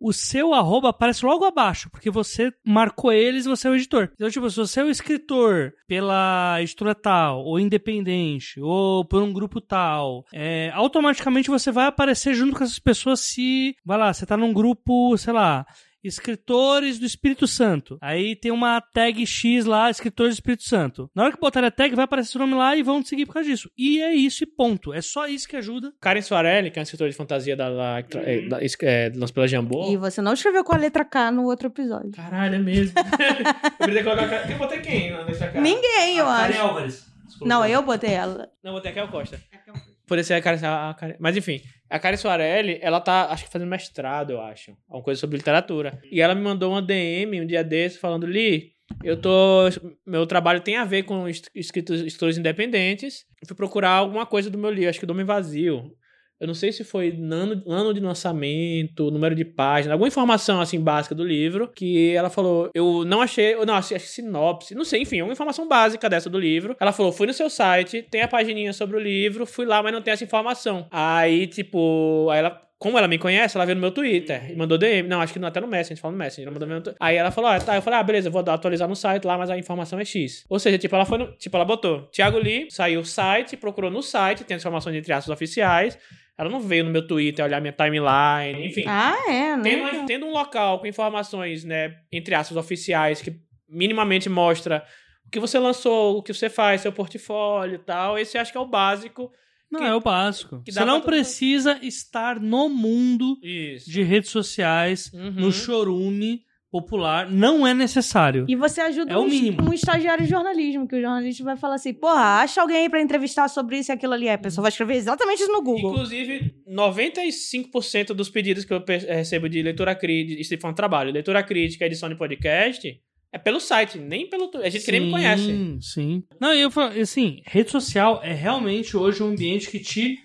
S3: o seu arroba aparece logo abaixo, porque você marcou eles e você é o editor. Então, tipo, se você é o escritor pela editora tal, ou independente, ou por um grupo tal, é, automaticamente você vai aparecer junto com essas pessoas se, vai lá, você tá num grupo, sei lá, escritores do Espírito Santo. Aí tem uma tag X lá, escritores do Espírito Santo. Na hora que botarem a tag, vai aparecer o nome lá e vão te seguir por causa disso. E é isso e ponto. É só isso que ajuda.
S2: Karen Soarelli, que é uma escritora de fantasia da, da, é, da, é, do Lance pela Jambô.
S1: E você não escreveu com a letra K no outro episódio.
S2: Caralho, é mesmo. eu brinquei colocar. a Karen- Eu botei quem na lista cara?
S1: Ninguém, eu
S2: A
S1: acho.
S2: Karen Álvares. Ah, Desculpa.
S1: Não, eu botei ela.
S2: Não, botei a Kel Costa. Poderia ser a Karen, a Karen- Mas enfim, a Karen Soarelli, ela tá, acho que fazendo mestrado, eu acho. Alguma coisa sobre literatura. E ela me mandou uma DM um dia desse falando, Li, eu tô. Meu trabalho tem a ver com es- escritos, escritores independentes. Eu fui procurar alguma coisa do meu livro, acho que do Homem Vazio. Eu não sei se foi ano, ano de lançamento, número de página, alguma informação assim básica do livro, que ela falou, eu não achei, ou não, assim, acho que sinopse, não sei, enfim, uma informação básica dessa do livro. Ela falou, fui no seu site, tem a pagininha sobre o livro, fui lá, mas não tem essa informação. Aí, tipo, aí ela como ela me conhece, ela veio no meu Twitter e mandou DM. Não, acho que não, até no Messenger, a gente fala no Messenger. Ela mandou no meu Twitter. Aí ela falou, ah, tá. Eu falei, ah, beleza, vou dar- atualizar no site lá, mas a informação é X. Ou seja, tipo, ela foi no, Tipo, ela botou Thiago Lee, saiu o site, procurou no site, tem as informações entre aspas oficiais. Ela não veio no meu Twitter olhar minha timeline, enfim.
S1: Ah, é, né?
S2: Tendo, um- tendo um local com informações, né, entre aspas, oficiais, que minimamente mostra o que você lançou, o que você faz, seu portfólio e tal, esse acho que é o básico.
S3: Não,
S2: Que-
S3: é o básico.
S2: que dá
S3: Você
S2: pra
S3: não
S2: todo mundo.
S3: precisa estar no mundo
S2: Isso.
S3: de redes sociais,
S2: Uhum.
S3: no chorume popular. Não é necessário.
S1: E você ajuda
S3: É o
S1: um,
S3: mínimo.
S1: um estagiário de jornalismo, que o jornalista vai falar assim, porra, acha alguém aí pra entrevistar sobre isso e aquilo ali. Aí A pessoa vai escrever exatamente isso no Google.
S2: Inclusive, 95% dos pedidos que eu pe- eh, recebo de leitura crítica, isso foi um trabalho, leitura crítica, edição de podcast, é pelo site, nem pelo... tu- A gente que nem me conhece.
S3: Sim, sim. Não, e eu falo, assim, rede social é realmente hoje um ambiente que te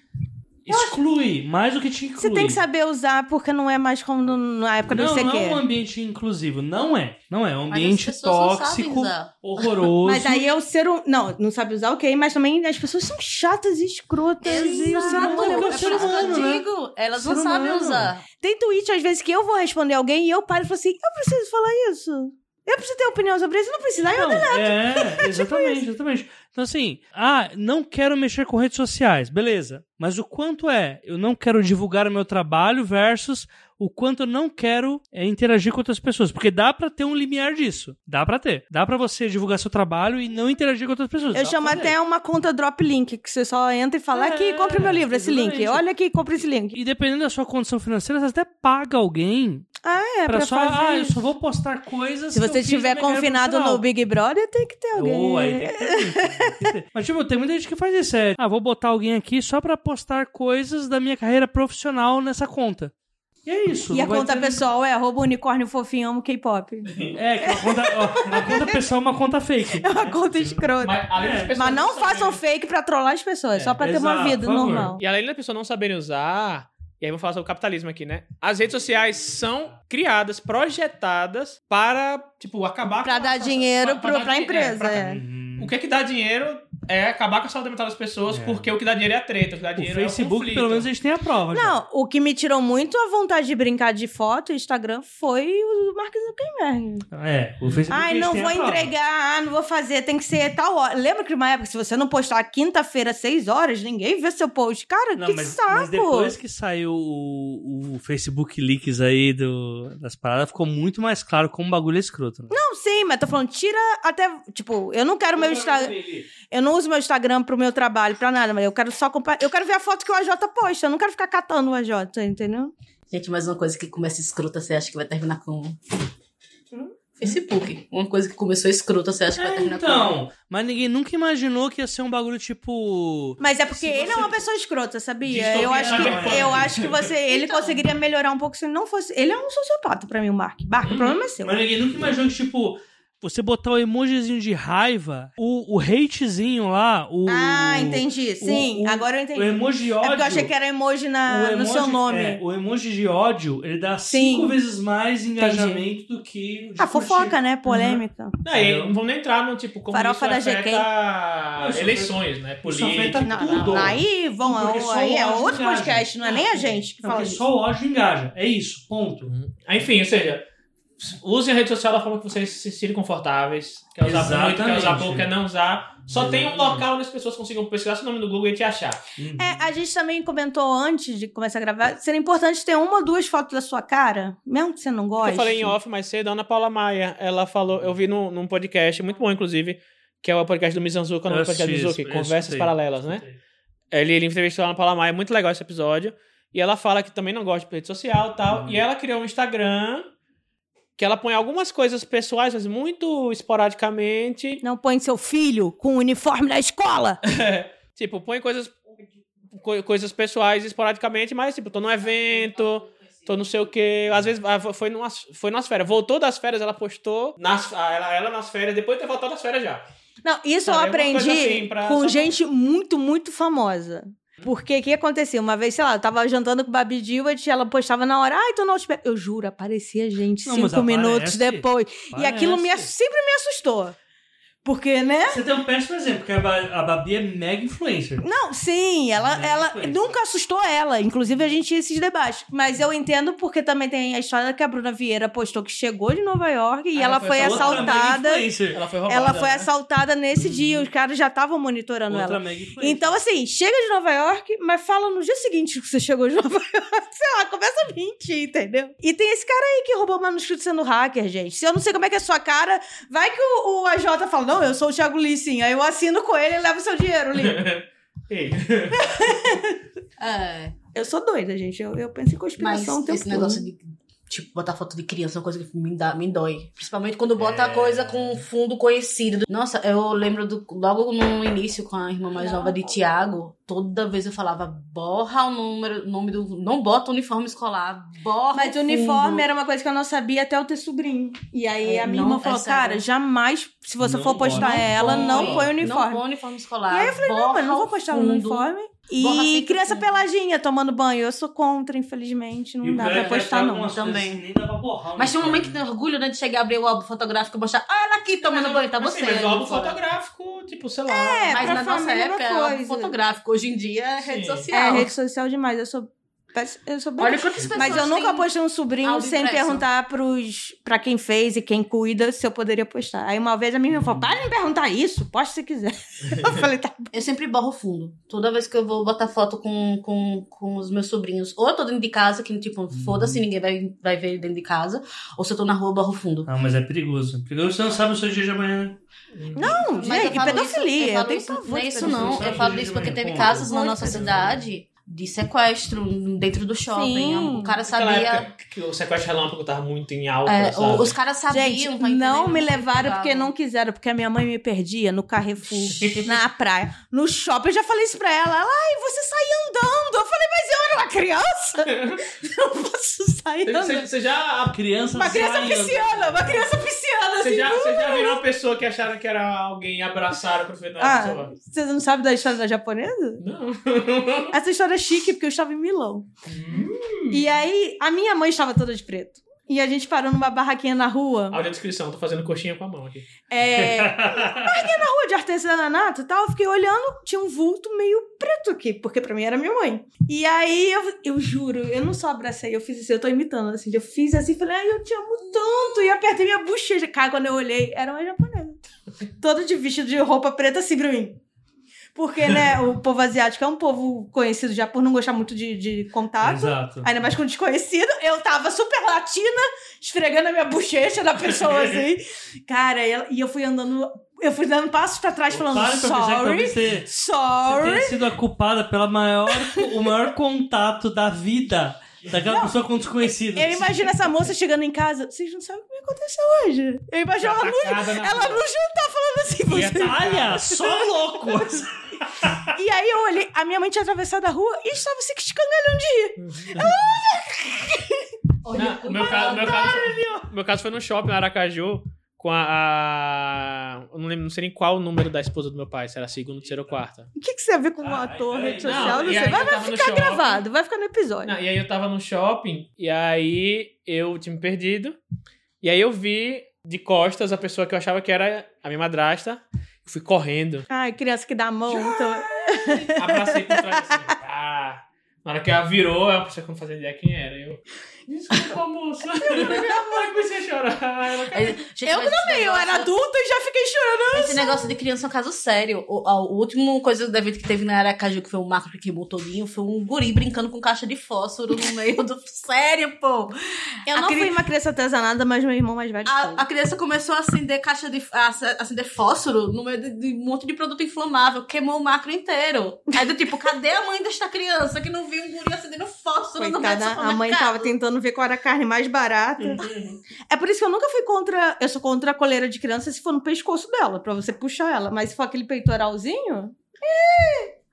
S3: exclui, mais do que te inclui.
S1: Você tem que saber usar, porque não é mais como no- na época do
S3: Não,
S1: CQ.
S3: não é um ambiente inclusivo. Não é. Não é. É um
S4: Mas as
S3: ambiente
S4: pessoas não sabem
S3: tóxico,
S4: usar.
S3: horroroso.
S1: Mas aí é o ser humano. Não, não sabe usar, ok, mas também as pessoas são chatas e escrotas. E o ser humano é
S4: Exato,
S1: muito
S4: é por isso
S1: chato.
S4: que eu
S3: né?
S4: digo. Elas não
S3: Ser
S4: sabem
S3: humano.
S4: usar.
S1: Tem tweet, às vezes, que eu vou responder alguém e eu paro e falo assim: eu preciso falar isso. Eu preciso ter opinião sobre isso, não tipo precisa. Aí eu
S3: Não, é, exatamente, exatamente. Então, assim, ah, não quero mexer com redes sociais, beleza. Mas o quanto é eu não quero divulgar o meu trabalho versus o quanto eu não quero é, interagir com outras pessoas. Porque dá pra ter um limiar disso. Dá pra ter. Dá pra você divulgar seu trabalho e não interagir com outras pessoas.
S1: Eu
S3: Dá
S1: chamo
S3: pra fazer.
S1: até uma conta drop link, que você só entra e fala
S3: É,
S1: aqui, compre meu livro, esse link.
S3: exatamente.
S1: Olha aqui, compre esse link.
S3: E dependendo da sua condição financeira, você até paga alguém
S1: É,
S3: pra,
S1: pra
S3: só.
S1: fazer
S3: Ah, eu
S1: isso.
S3: só vou postar coisas.
S1: Se
S3: que eu
S1: você
S3: fiz na
S1: estiver
S3: minha carreira
S1: confinado
S3: profissional.
S1: no Big Brother, tem que ter alguém.
S3: Oh, aí tem que ter muito, tem que ter. Mas, tipo, tem muita gente que faz isso. É, ah, vou botar alguém aqui só pra postar coisas da minha carreira profissional nessa conta. E é isso.
S1: E
S3: não
S1: a
S3: vai
S1: conta
S3: ter-
S1: pessoal é arroba unicórnio fofinho, amo K-pop.
S3: É, que uma conta, ó, uma conta pessoal é uma conta fake.
S1: É uma conta escrota. É, Mas,
S2: Mas, além das pessoas
S1: não né?
S2: saberem-
S1: façam fake pra trollar as pessoas,
S2: É,
S1: só pra ter uma
S3: exato,
S1: vida
S3: por favor.
S1: normal.
S2: E além da pessoa não saberem usar, e aí vamos falar sobre o capitalismo aqui, né? As redes sociais são criadas, projetadas para, tipo, acabar
S1: Pra
S2: com
S1: dar dinheiro
S2: pra- pra
S1: pro-
S2: dar
S1: pra
S2: dinhe- é,
S1: empresa,
S2: pra-
S1: é.
S3: Uhum.
S2: O que é que dá dinheiro é acabar com a saúde mental das pessoas,
S3: É.
S2: porque o que dá dinheiro é a treta, o que dá
S3: O
S2: dinheiro é o
S3: Facebook,
S2: conflito.
S3: pelo menos, a gente tem a prova. já.
S1: Não, o que me tirou muito a vontade de brincar de foto e Instagram foi o Mark Zuckerberg.
S3: É, o Facebook. a
S1: Ai,
S3: gente
S1: não
S3: tem a
S1: vou
S3: prova.
S1: entregar, ah, não vou fazer, tem que ser tal hora. Lembra que uma época, se você não postar quinta-feira, seis horas, ninguém vê seu post. Cara,
S3: Não,
S1: que
S3: mas,
S1: saco!
S3: mas depois que saiu o, o Facebook Leaks aí do- das paradas, ficou muito mais claro como o bagulho é escroto. Né?
S1: Não, sim, mas tô falando, tira até. Tipo, eu não quero meu Instagram. Eu não uso meu Instagram pro meu trabalho, pra nada, mas eu quero só compartilhar. Eu quero ver a foto que o AJ posta. Eu não quero ficar catando o AJ, entendeu?
S4: Gente, mais uma coisa que começa escrota, você acha que vai terminar com.
S3: Hum?
S4: Facebook. Uma coisa que começou escrota, você acha que vai terminar com.
S3: Então, mas ninguém nunca imaginou que ia ser um bagulho tipo.
S1: Mas é porque
S3: Se
S1: ele é
S3: você-
S1: uma pessoa escrota, sabia?
S2: Distopia,
S1: Eu acho
S2: não,
S1: que,
S2: é.
S1: eu acho que você. Ele
S3: Então.
S1: conseguiria melhorar um pouco se ele não fosse. Ele é um sociopata pra mim, o Mark. Mark, o problema é seu.
S3: Mas ninguém nunca imaginou que, tipo, Você botar o emojizinho de raiva, o, o hatezinho lá, o.
S1: Ah, entendi. Sim,
S3: o-
S1: agora eu entendi.
S3: O emoji
S1: é
S3: ódio.
S1: porque eu achei que era emoji, na,
S3: o
S1: no
S3: emoji-
S1: seu nome.
S3: é, o emoji de ódio, ele dá
S1: Sim.
S3: cinco vezes mais engajamento do que o de
S1: Ah,
S3: curtir.
S1: fofoca, né? Polêmica.
S2: Não, e não vamos nem entrar no tipo como
S1: Farofa
S2: isso
S1: da GK.
S2: afeta
S3: Isso
S2: eleições, né?
S3: Isso
S2: Política,
S3: afeta
S1: Não,
S2: tudo.
S1: não, aí, vão,
S3: Porque só
S1: aí é
S3: o ódio
S1: outro
S3: engaja.
S1: podcast, não é nem a gente que
S3: né? Não,
S1: fala
S3: porque
S1: isso.
S3: só o ódio engaja. É isso, ponto.
S2: Uhum. Enfim, ou seja, usem a rede social da forma que vocês se sentirem confortáveis. Quer usar muito, quer usar
S3: Exatamente.
S2: pouco, quer não usar. Só tem um
S3: Exatamente.
S2: local onde as pessoas consigam pesquisar seu nome no Google e te achar.
S1: É, a gente também comentou antes de começar a gravar, seria importante ter uma ou duas fotos da sua cara, mesmo que você não goste.
S2: Eu falei em off mais cedo, a Ana Paula Maia, ela falou, eu vi num, num podcast, muito bom, inclusive, que é o podcast do Mizanzuka, o nome
S3: Eu
S2: do podcast do Mizuki,
S3: assisti esse-
S2: Conversas
S3: esse
S2: Paralelas,
S3: Uhum.
S2: né? Ele, ele entrevistou a Ana Paula Maia, é muito legal esse episódio. E ela fala que também não gosta de rede social e tal. E ela criou um Instagram que ela põe algumas coisas pessoais, mas muito esporadicamente.
S1: Não põe seu filho com o uniforme da escola.
S2: Tipo, põe coisas, co- coisas pessoais esporadicamente, mas tipo, tô num evento, tô não sei o quê. Às vezes ah, foi, numas, foi nas férias. Voltou das férias, ela postou. Nas, ah, ela, ela nas férias, depois de ter voltado das férias já.
S1: Não, isso eu
S2: Sabe, é uma
S1: aprendi
S2: coisa assim, pra-
S1: com
S2: só-
S1: gente muito, muito famosa. Porque o que acontecia? Uma vez, sei lá, eu tava jantando com o Babi Dilbert e ela postava na hora, ai, tô no Outback. Eu juro, aparecia gente
S3: Não, mas
S1: cinco minutos
S3: aparece.
S1: depois. E aquilo me, ass-
S3: Parece.
S1: sempre me assustou. Porque, né?
S3: Você tem um péssimo exemplo, porque a, Ba- a Babi é mega influencer.
S1: Não, sim, ela,
S3: Não,
S1: ela
S3: foi isso.
S1: nunca assustou ela. Inclusive, a gente tinha esses debates. Mas eu entendo porque também tem a história que a Bruna Vieira postou que chegou de Nova York e
S2: Ah,
S1: ela
S2: foi
S1: foi
S2: essa outra
S1: assaltada.
S3: Mega influencer.
S2: Ela foi roubada.
S1: Ela foi
S2: né?
S1: assaltada nesse dia, os caras já estavam monitorando
S3: Outra
S1: ela.
S3: mega influencer.
S1: Então, assim, chega de Nova York, mas fala no dia seguinte que você chegou de Nova York. Sei lá, começa a mentir, entendeu? E tem esse cara aí que roubou o manuscrito sendo hacker, gente. Se eu não sei como é que é a sua cara, vai que o, o AJ fala: Não, eu sou o Thiago Lissin. Aí eu assino com ele e levo o seu dinheiro, Lissin.
S2: Ei.
S4: É,
S1: Eu sou doida, gente. Eu, eu penso em
S4: mas
S1: conspiração o tempo
S4: esse negócio de, tipo, botar foto de criança é uma coisa que me, dá, me dói. Principalmente quando bota
S3: É.
S4: coisa com um fundo conhecido. Nossa, eu lembro do, logo no início com a irmã mais nova de Tiago, toda vez eu falava, borra o número, o nome do... Não bota o uniforme escolar, borra
S1: Mas
S4: o
S1: uniforme
S4: fundo.
S1: era uma coisa que eu não sabia até eu ter sobrinho. E aí
S4: É,
S1: a minha
S4: não,
S1: irmã falou,
S4: essa-
S1: cara, jamais, se você
S3: Não
S1: for postar
S3: pode.
S1: ela, não
S3: põe,
S1: põe o
S4: Não
S1: uniforme.
S4: põe uniforme escolar.
S1: E aí eu falei, não, mas não vou postar o
S4: fundo.
S1: uniforme.
S4: Borra
S1: E
S4: sempre
S1: criança
S4: tudo.
S1: peladinha tomando banho. Eu sou contra, infelizmente. Não
S3: E o
S1: dá
S3: pior é
S1: pra
S3: que
S1: postar,
S3: até
S1: não.
S3: algumas coisas assim,
S4: Também.
S3: Nem dá pra borrar.
S4: Mas tem um
S3: uniforme.
S4: momento que tem orgulho, né? De chegar a abrir o álbum fotográfico e mostrar, ah, ela aqui tomando banho, tá
S2: Mas,
S4: você.
S2: assim, Mas o
S4: ali
S2: álbum
S4: fora."
S2: fotográfico, tipo, sei lá.
S1: É,
S4: Mas
S1: pra
S4: na nossa
S1: família é uma
S4: época era álbum
S1: coisa.
S4: fotográfico. Hoje em dia é rede
S2: Sim.
S1: É,
S4: social.
S1: rede social demais. Eu sou... péss- Eu sou bem
S4: Olha quantas pessoas
S1: Mas eu nunca
S4: têm-
S1: postei um sobrinho
S4: Aldo
S1: sem
S4: impresso.
S1: perguntar pros, pra quem fez e quem cuida se eu poderia postar. Aí uma vez a minha irmã falou: para de me perguntar isso, posta se quiser. Eu falei: tá.
S4: Eu sempre borro o fundo. Toda vez que eu vou botar foto com, com, com os meus sobrinhos, ou eu tô dentro de casa, que tipo, foda-se, ninguém vai, vai ver dentro de casa, ou se eu tô na rua, eu borro o fundo.
S3: Não, mas é perigoso. Perigoso, você não sabe o seu dia de amanhã.
S1: Não,
S4: Mas
S1: gente,
S4: eu
S1: e
S4: falo
S1: pedofilia.
S4: Isso,
S1: eu
S4: eu falo
S1: tenho
S4: isso,
S1: pavor
S4: não é
S1: de
S4: isso não.
S1: pedofilia.
S4: Eu falo isso porque teve casos na nossa cidade de sequestro dentro do shopping.
S1: Sim.
S4: O cara
S2: Naquela
S4: sabia.
S2: época que o sequestro relâmpago tava muito em alta,
S4: é,
S2: sabe?
S4: os caras sabiam, tá
S1: Gente,
S4: entendendo?
S1: não me
S4: Os caras
S1: levaram porque
S4: pegavam.
S1: não quiseram, porque a minha mãe me perdia no Carrefour, na praia, no shopping. Eu já falei isso pra ela. Ela, ai, você saía andando. Eu falei, mas eu era uma criança. Eu não posso sair
S2: Você,
S1: andando.
S2: você já
S3: A criança
S1: Uma criança
S3: sai-
S1: pisciana, uma criança pisciana,
S2: Você
S1: assim,
S2: já, você já virou uma pessoa que acharam que era alguém e abraçaram pro final da
S1: Ah.
S2: pessoa?
S1: Você não sabe da história da japonesa?
S2: Não.
S1: Essa história é chique, porque eu estava em Milão. E aí, a minha mãe estava toda de preto. E a gente parou numa barraquinha na rua.
S2: Áudio descrição, tô fazendo coxinha com a mão aqui.
S1: É, barraquinha na rua de artesanato e tal. Eu fiquei olhando, tinha um vulto meio preto aqui, porque pra mim era minha mãe. E aí, eu, eu juro, eu não só abracei, eu fiz assim, eu tô imitando, assim. Eu fiz assim, falei, ai, eu te amo tanto. E apertei minha bochecha. Cara, quando eu olhei, era uma japonesa. Toda de vestido de roupa preta, assim, pra mim. Porque, né, o povo asiático é um povo conhecido já por não gostar muito de, de contato.
S3: Exato.
S1: Ainda mais com desconhecido. Eu tava super latina, esfregando a minha bochecha na pessoa assim. Cara, e ela- e eu fui andando. Eu fui dando passos pra trás, falando
S3: Para pra pensar que
S1: sorry,
S3: talvez você, você
S1: sorry.
S3: tenha sido a culpada pela maior, o maior contato da vida daquela pessoa com desconhecido.
S2: assim.
S1: Eu imagino essa moça chegando em casa. Vocês não sabem o que me aconteceu hoje. Eu imagino ela no,
S2: Atacada na
S1: ela
S2: Tá rua.
S1: no jantar falando assim.
S2: E
S1: Você...
S3: Olha, é só louco!
S2: tá.
S1: E aí eu olhei, a minha mãe tinha atravessado a rua e estava se escangalhando de rir. é
S2: Não, o meu, caso, meu, caso, meu caso foi no shopping, em Aracaju. com a, a- Eu não lembro, não sei nem qual o número da esposa do meu pai, se era a segunda, terceira ou quarta.
S1: O que, que você vê com um
S5: Ah,
S1: ator,
S5: aí-
S1: rede
S2: não,
S1: social? Não,
S2: e
S1: sei.
S2: aí
S1: Vai,
S2: eu
S1: vai
S2: tava no
S1: ficar
S2: shopping.
S1: gravado, vai ficar no episódio.
S2: Não, e aí eu tava no shopping, e aí eu tinha me perdido, e aí eu vi de costas a pessoa que eu achava que era a minha madrasta, eu fui correndo,
S1: Ai, criança que dá a mão. então-
S2: abracei por trás assim, ah... Na hora que ela virou, ela pensou que eu não fazia ideia quem era. e Eu, desculpa, moça. Aí comecei a chorar. Ela,
S4: Aí, gente,
S1: Eu
S4: mas esse
S1: também, eu
S4: negócio-
S1: era adulta e já fiquei chorando.
S4: Esse negócio de criança é um caso sério. O, a, o último coisa do evento que teve na Aracaju, que foi o Marco que queimou todinho, foi um guri brincando com caixa de fósforo no meio do. Sério, pô!
S1: Eu
S4: A
S1: não
S4: cri-
S1: fui uma criança artesanada, mas meu irmão mais velho foi.
S4: A, a criança começou a acender caixa de. a ac- acender fósforo no meio de, de um monte de produto inflamável, queimou o macro inteiro. Aí do tipo, cadê a mãe desta criança que não viu um guri acendendo fósforo no meio do
S1: Coitada, a
S4: supermercado?
S1: mãe tava tentando ver qual era a carne mais barata.
S4: Uhum.
S1: é por isso que eu nunca fui contra. Eu sou contra a coleira de criança se for no pescoço dela, pra você puxar ela. Mas se for aquele peitoralzinho.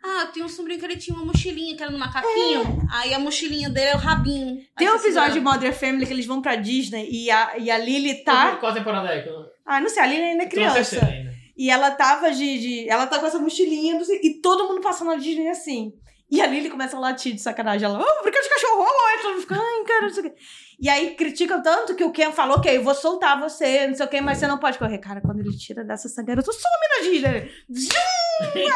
S4: Ah, tem um sobrinho que ele tinha uma mochilinha que era no macaquinho. Aí a mochilinha dele é o rabinho. Aí
S1: É. Tem um
S4: você
S1: episódio de
S4: segura.
S1: Modern Family que eles vão pra Disney e a, e a Lily
S4: Uhum.
S1: tá.
S2: Qual a temporada é? que eu não-
S1: Ah, não sei, a Lily ainda é
S2: Tô na terceira
S1: criança.
S2: ainda.
S1: E ela tava de, de- Ela tá com essa mochilinha não sei, e todo mundo passando na Disney assim. E a Lily começa a latir de sacanagem. Ela, oh, brincar de cachorro, oh, aí todo mundo fica, ai, cara, não sei o quê. E aí criticam tanto que o Ken falou, ok, eu vou soltar você, não sei o quê, mas você não pode correr. Cara, quando ele tira dessa essa garota, some na Disney. Zum!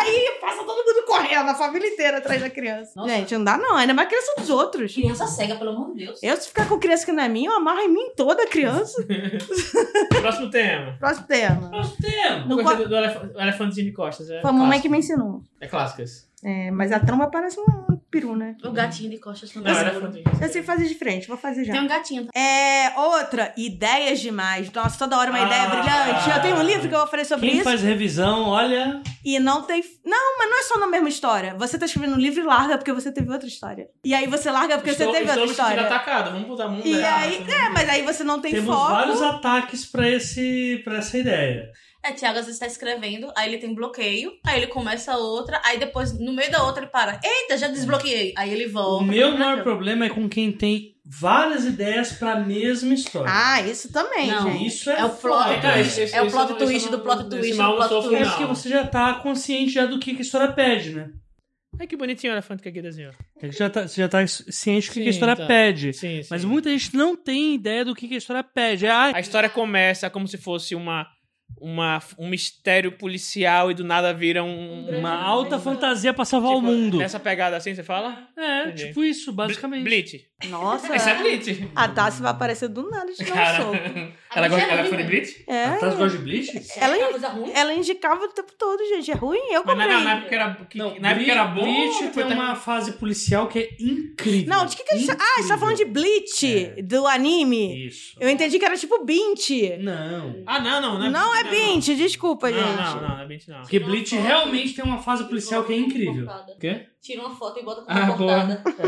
S1: aí passa todo mundo correndo, a família inteira atrás da criança.
S4: Nossa.
S1: Gente, não dá não, ainda mais criança dos outros.
S4: Criança cega, pelo amor de Deus.
S1: Eu, se ficar com criança que não é minha, eu amarro em mim toda a criança.
S2: Próximo tema.
S1: Próximo tema.
S2: Próximo tema.
S1: Não
S2: Eu gostei do, do elef- elefantezinho de costas. É
S1: Foi a mamãe
S2: clássico.
S1: que me ensinou.
S2: É clássicas.
S1: É, mas a tromba parece um peru, né?
S4: O gatinho de costas
S2: Não,
S4: também.
S2: era
S4: segura.
S2: elefantezinho.
S1: Eu sei fazer de frente, vou fazer já.
S4: Tem um gatinho. tá?
S1: É, outra, ideias demais. Nossa, toda hora uma
S2: Ah.
S1: ideia brilhante. Eu tenho um livro que eu vou fazer sobre
S3: Quem
S1: isso.
S3: faz revisão, olha.
S1: E não tem. Não, mas não é só na mesma história. Você tá escrevendo um livro e larga porque você teve outra história. E aí você larga porque
S2: estou,
S1: você teve
S2: estou
S1: outra
S2: me sentindo
S1: história.
S2: atacado. Vamos botar né? a mão
S1: E
S2: dela.
S1: aí- É, mas aí você não tem
S3: Temos
S1: foco.
S3: vários ataques pra, esse, pra essa ideia.
S4: É, Thiago às vezes tá escrevendo, aí ele tem bloqueio, aí ele começa outra, aí depois, no meio da outra, ele para. Eita, já desbloqueei. Aí ele
S3: O
S4: volta.
S1: né,
S3: meu maior problema é com quem tem várias ideias pra mesma história.
S1: Ah, isso também,
S4: Não.
S1: gente.
S3: Isso é,
S4: É o plot.
S3: foda.
S2: Tá, esse- esse-
S4: É o
S2: esse
S4: plot
S2: eu não-
S4: twist
S2: esse eu
S4: do
S2: não-
S4: plot
S2: esse
S4: twist do
S2: mal eu não
S4: plot
S2: sofro,
S4: twist.
S3: Parece que você já tá consciente já do que, que a história pede, né?
S1: é.
S2: Ai, que bonitinho o elefante que aqui desenhou.
S3: É que já tá- você já tá ciente do que, que
S2: Sim,
S3: a história
S2: tá.
S3: pede.
S2: Sim, sim.
S3: Mas muita gente não tem ideia do que, que a história pede. É, ah,
S2: A história começa como se fosse uma, uma, um mistério policial e do nada vira um...
S3: uma alta fantasia pra salvar o
S2: tipo,
S3: mundo.
S2: Nessa pegada assim, você fala?
S3: É,
S2: Entendi.
S3: tipo isso, basicamente.
S2: Bleach.
S1: Nossa.
S2: Essa é Bleach.
S1: A Tassi vai aparecer do nada de dar um
S2: Cara,
S1: soco.
S2: ela, gosta,
S4: é
S2: ela
S4: ruim,
S2: foi de
S4: né?
S2: Bleach?
S1: É.
S3: Atrás gosta de Bleach?
S1: Ela,
S4: É uma coisa ruim.
S1: ela indicava o tempo todo, gente. É ruim? Eu
S2: Mas na,
S1: comprei.
S2: na época era, que, na época era bom.
S3: Bleach
S2: foi
S3: tem uma fase policial que é incrível.
S1: Não, de que, que a gente. Ah, a gente tá falando de Bleach, do anime.
S3: Isso.
S1: Eu entendi que era tipo Bint.
S3: Não.
S2: Ah, não, não.
S1: Não, é Bint, desculpa,
S2: Não,
S1: gente.
S2: não, não, não é Bleach, não.
S3: Porque Bleach realmente tem uma fase policial que é incrível.
S2: O quê?
S4: Tira uma foto e bota como
S2: Ah,
S4: uma
S2: boa. É.
S4: portada.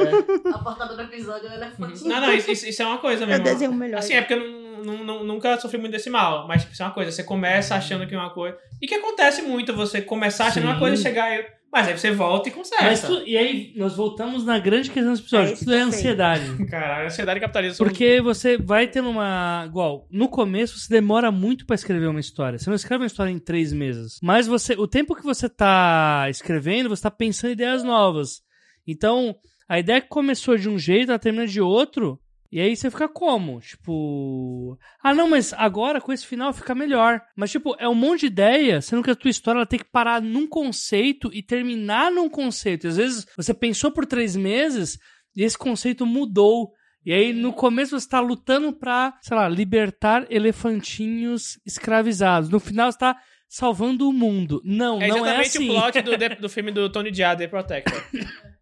S4: A portada do episódio é o elefante.
S2: Não, não, isso- isso, isso é uma coisa
S1: Eu
S2: mesmo.
S1: desenho melhor.
S2: Assim, é porque eu não- não- não- nunca sofri muito desse mal, mas tipo, isso é uma coisa, você
S3: Uhum.
S2: começa achando que é uma coisa. E que acontece muito, você começar achando
S3: Sim.
S2: uma coisa e chegar e. Mas aí você volta e consegue.
S3: Mas tu- e aí, nós voltamos na grande questão dos
S1: É
S3: episódios.
S1: isso
S3: Tudo é
S1: que eu sei.
S3: ansiedade.
S2: Caralho, ansiedade capitalista. são-
S3: Porque você vai tendo uma. Igual, no começo você demora muito pra escrever uma história. Você não escreve uma história em três meses. Mas você. O tempo que você tá escrevendo, você tá pensando em ideias novas. Então, a ideia que começou de um jeito, ela termina de outro. E aí você fica como? Tipo. Ah, não, mas agora com esse final fica melhor. Mas, tipo, é um monte de ideia, sendo que a tua história ela tem que parar num conceito e terminar num conceito. E às vezes você pensou por três meses e esse conceito mudou. E aí, no começo, você tá lutando pra, sei lá, libertar elefantinhos escravizados. No final, você tá salvando o mundo. Não,
S2: É
S3: não é
S2: exatamente
S3: assim.
S2: o plot do, The- do filme do Tony Jaa, The Protector.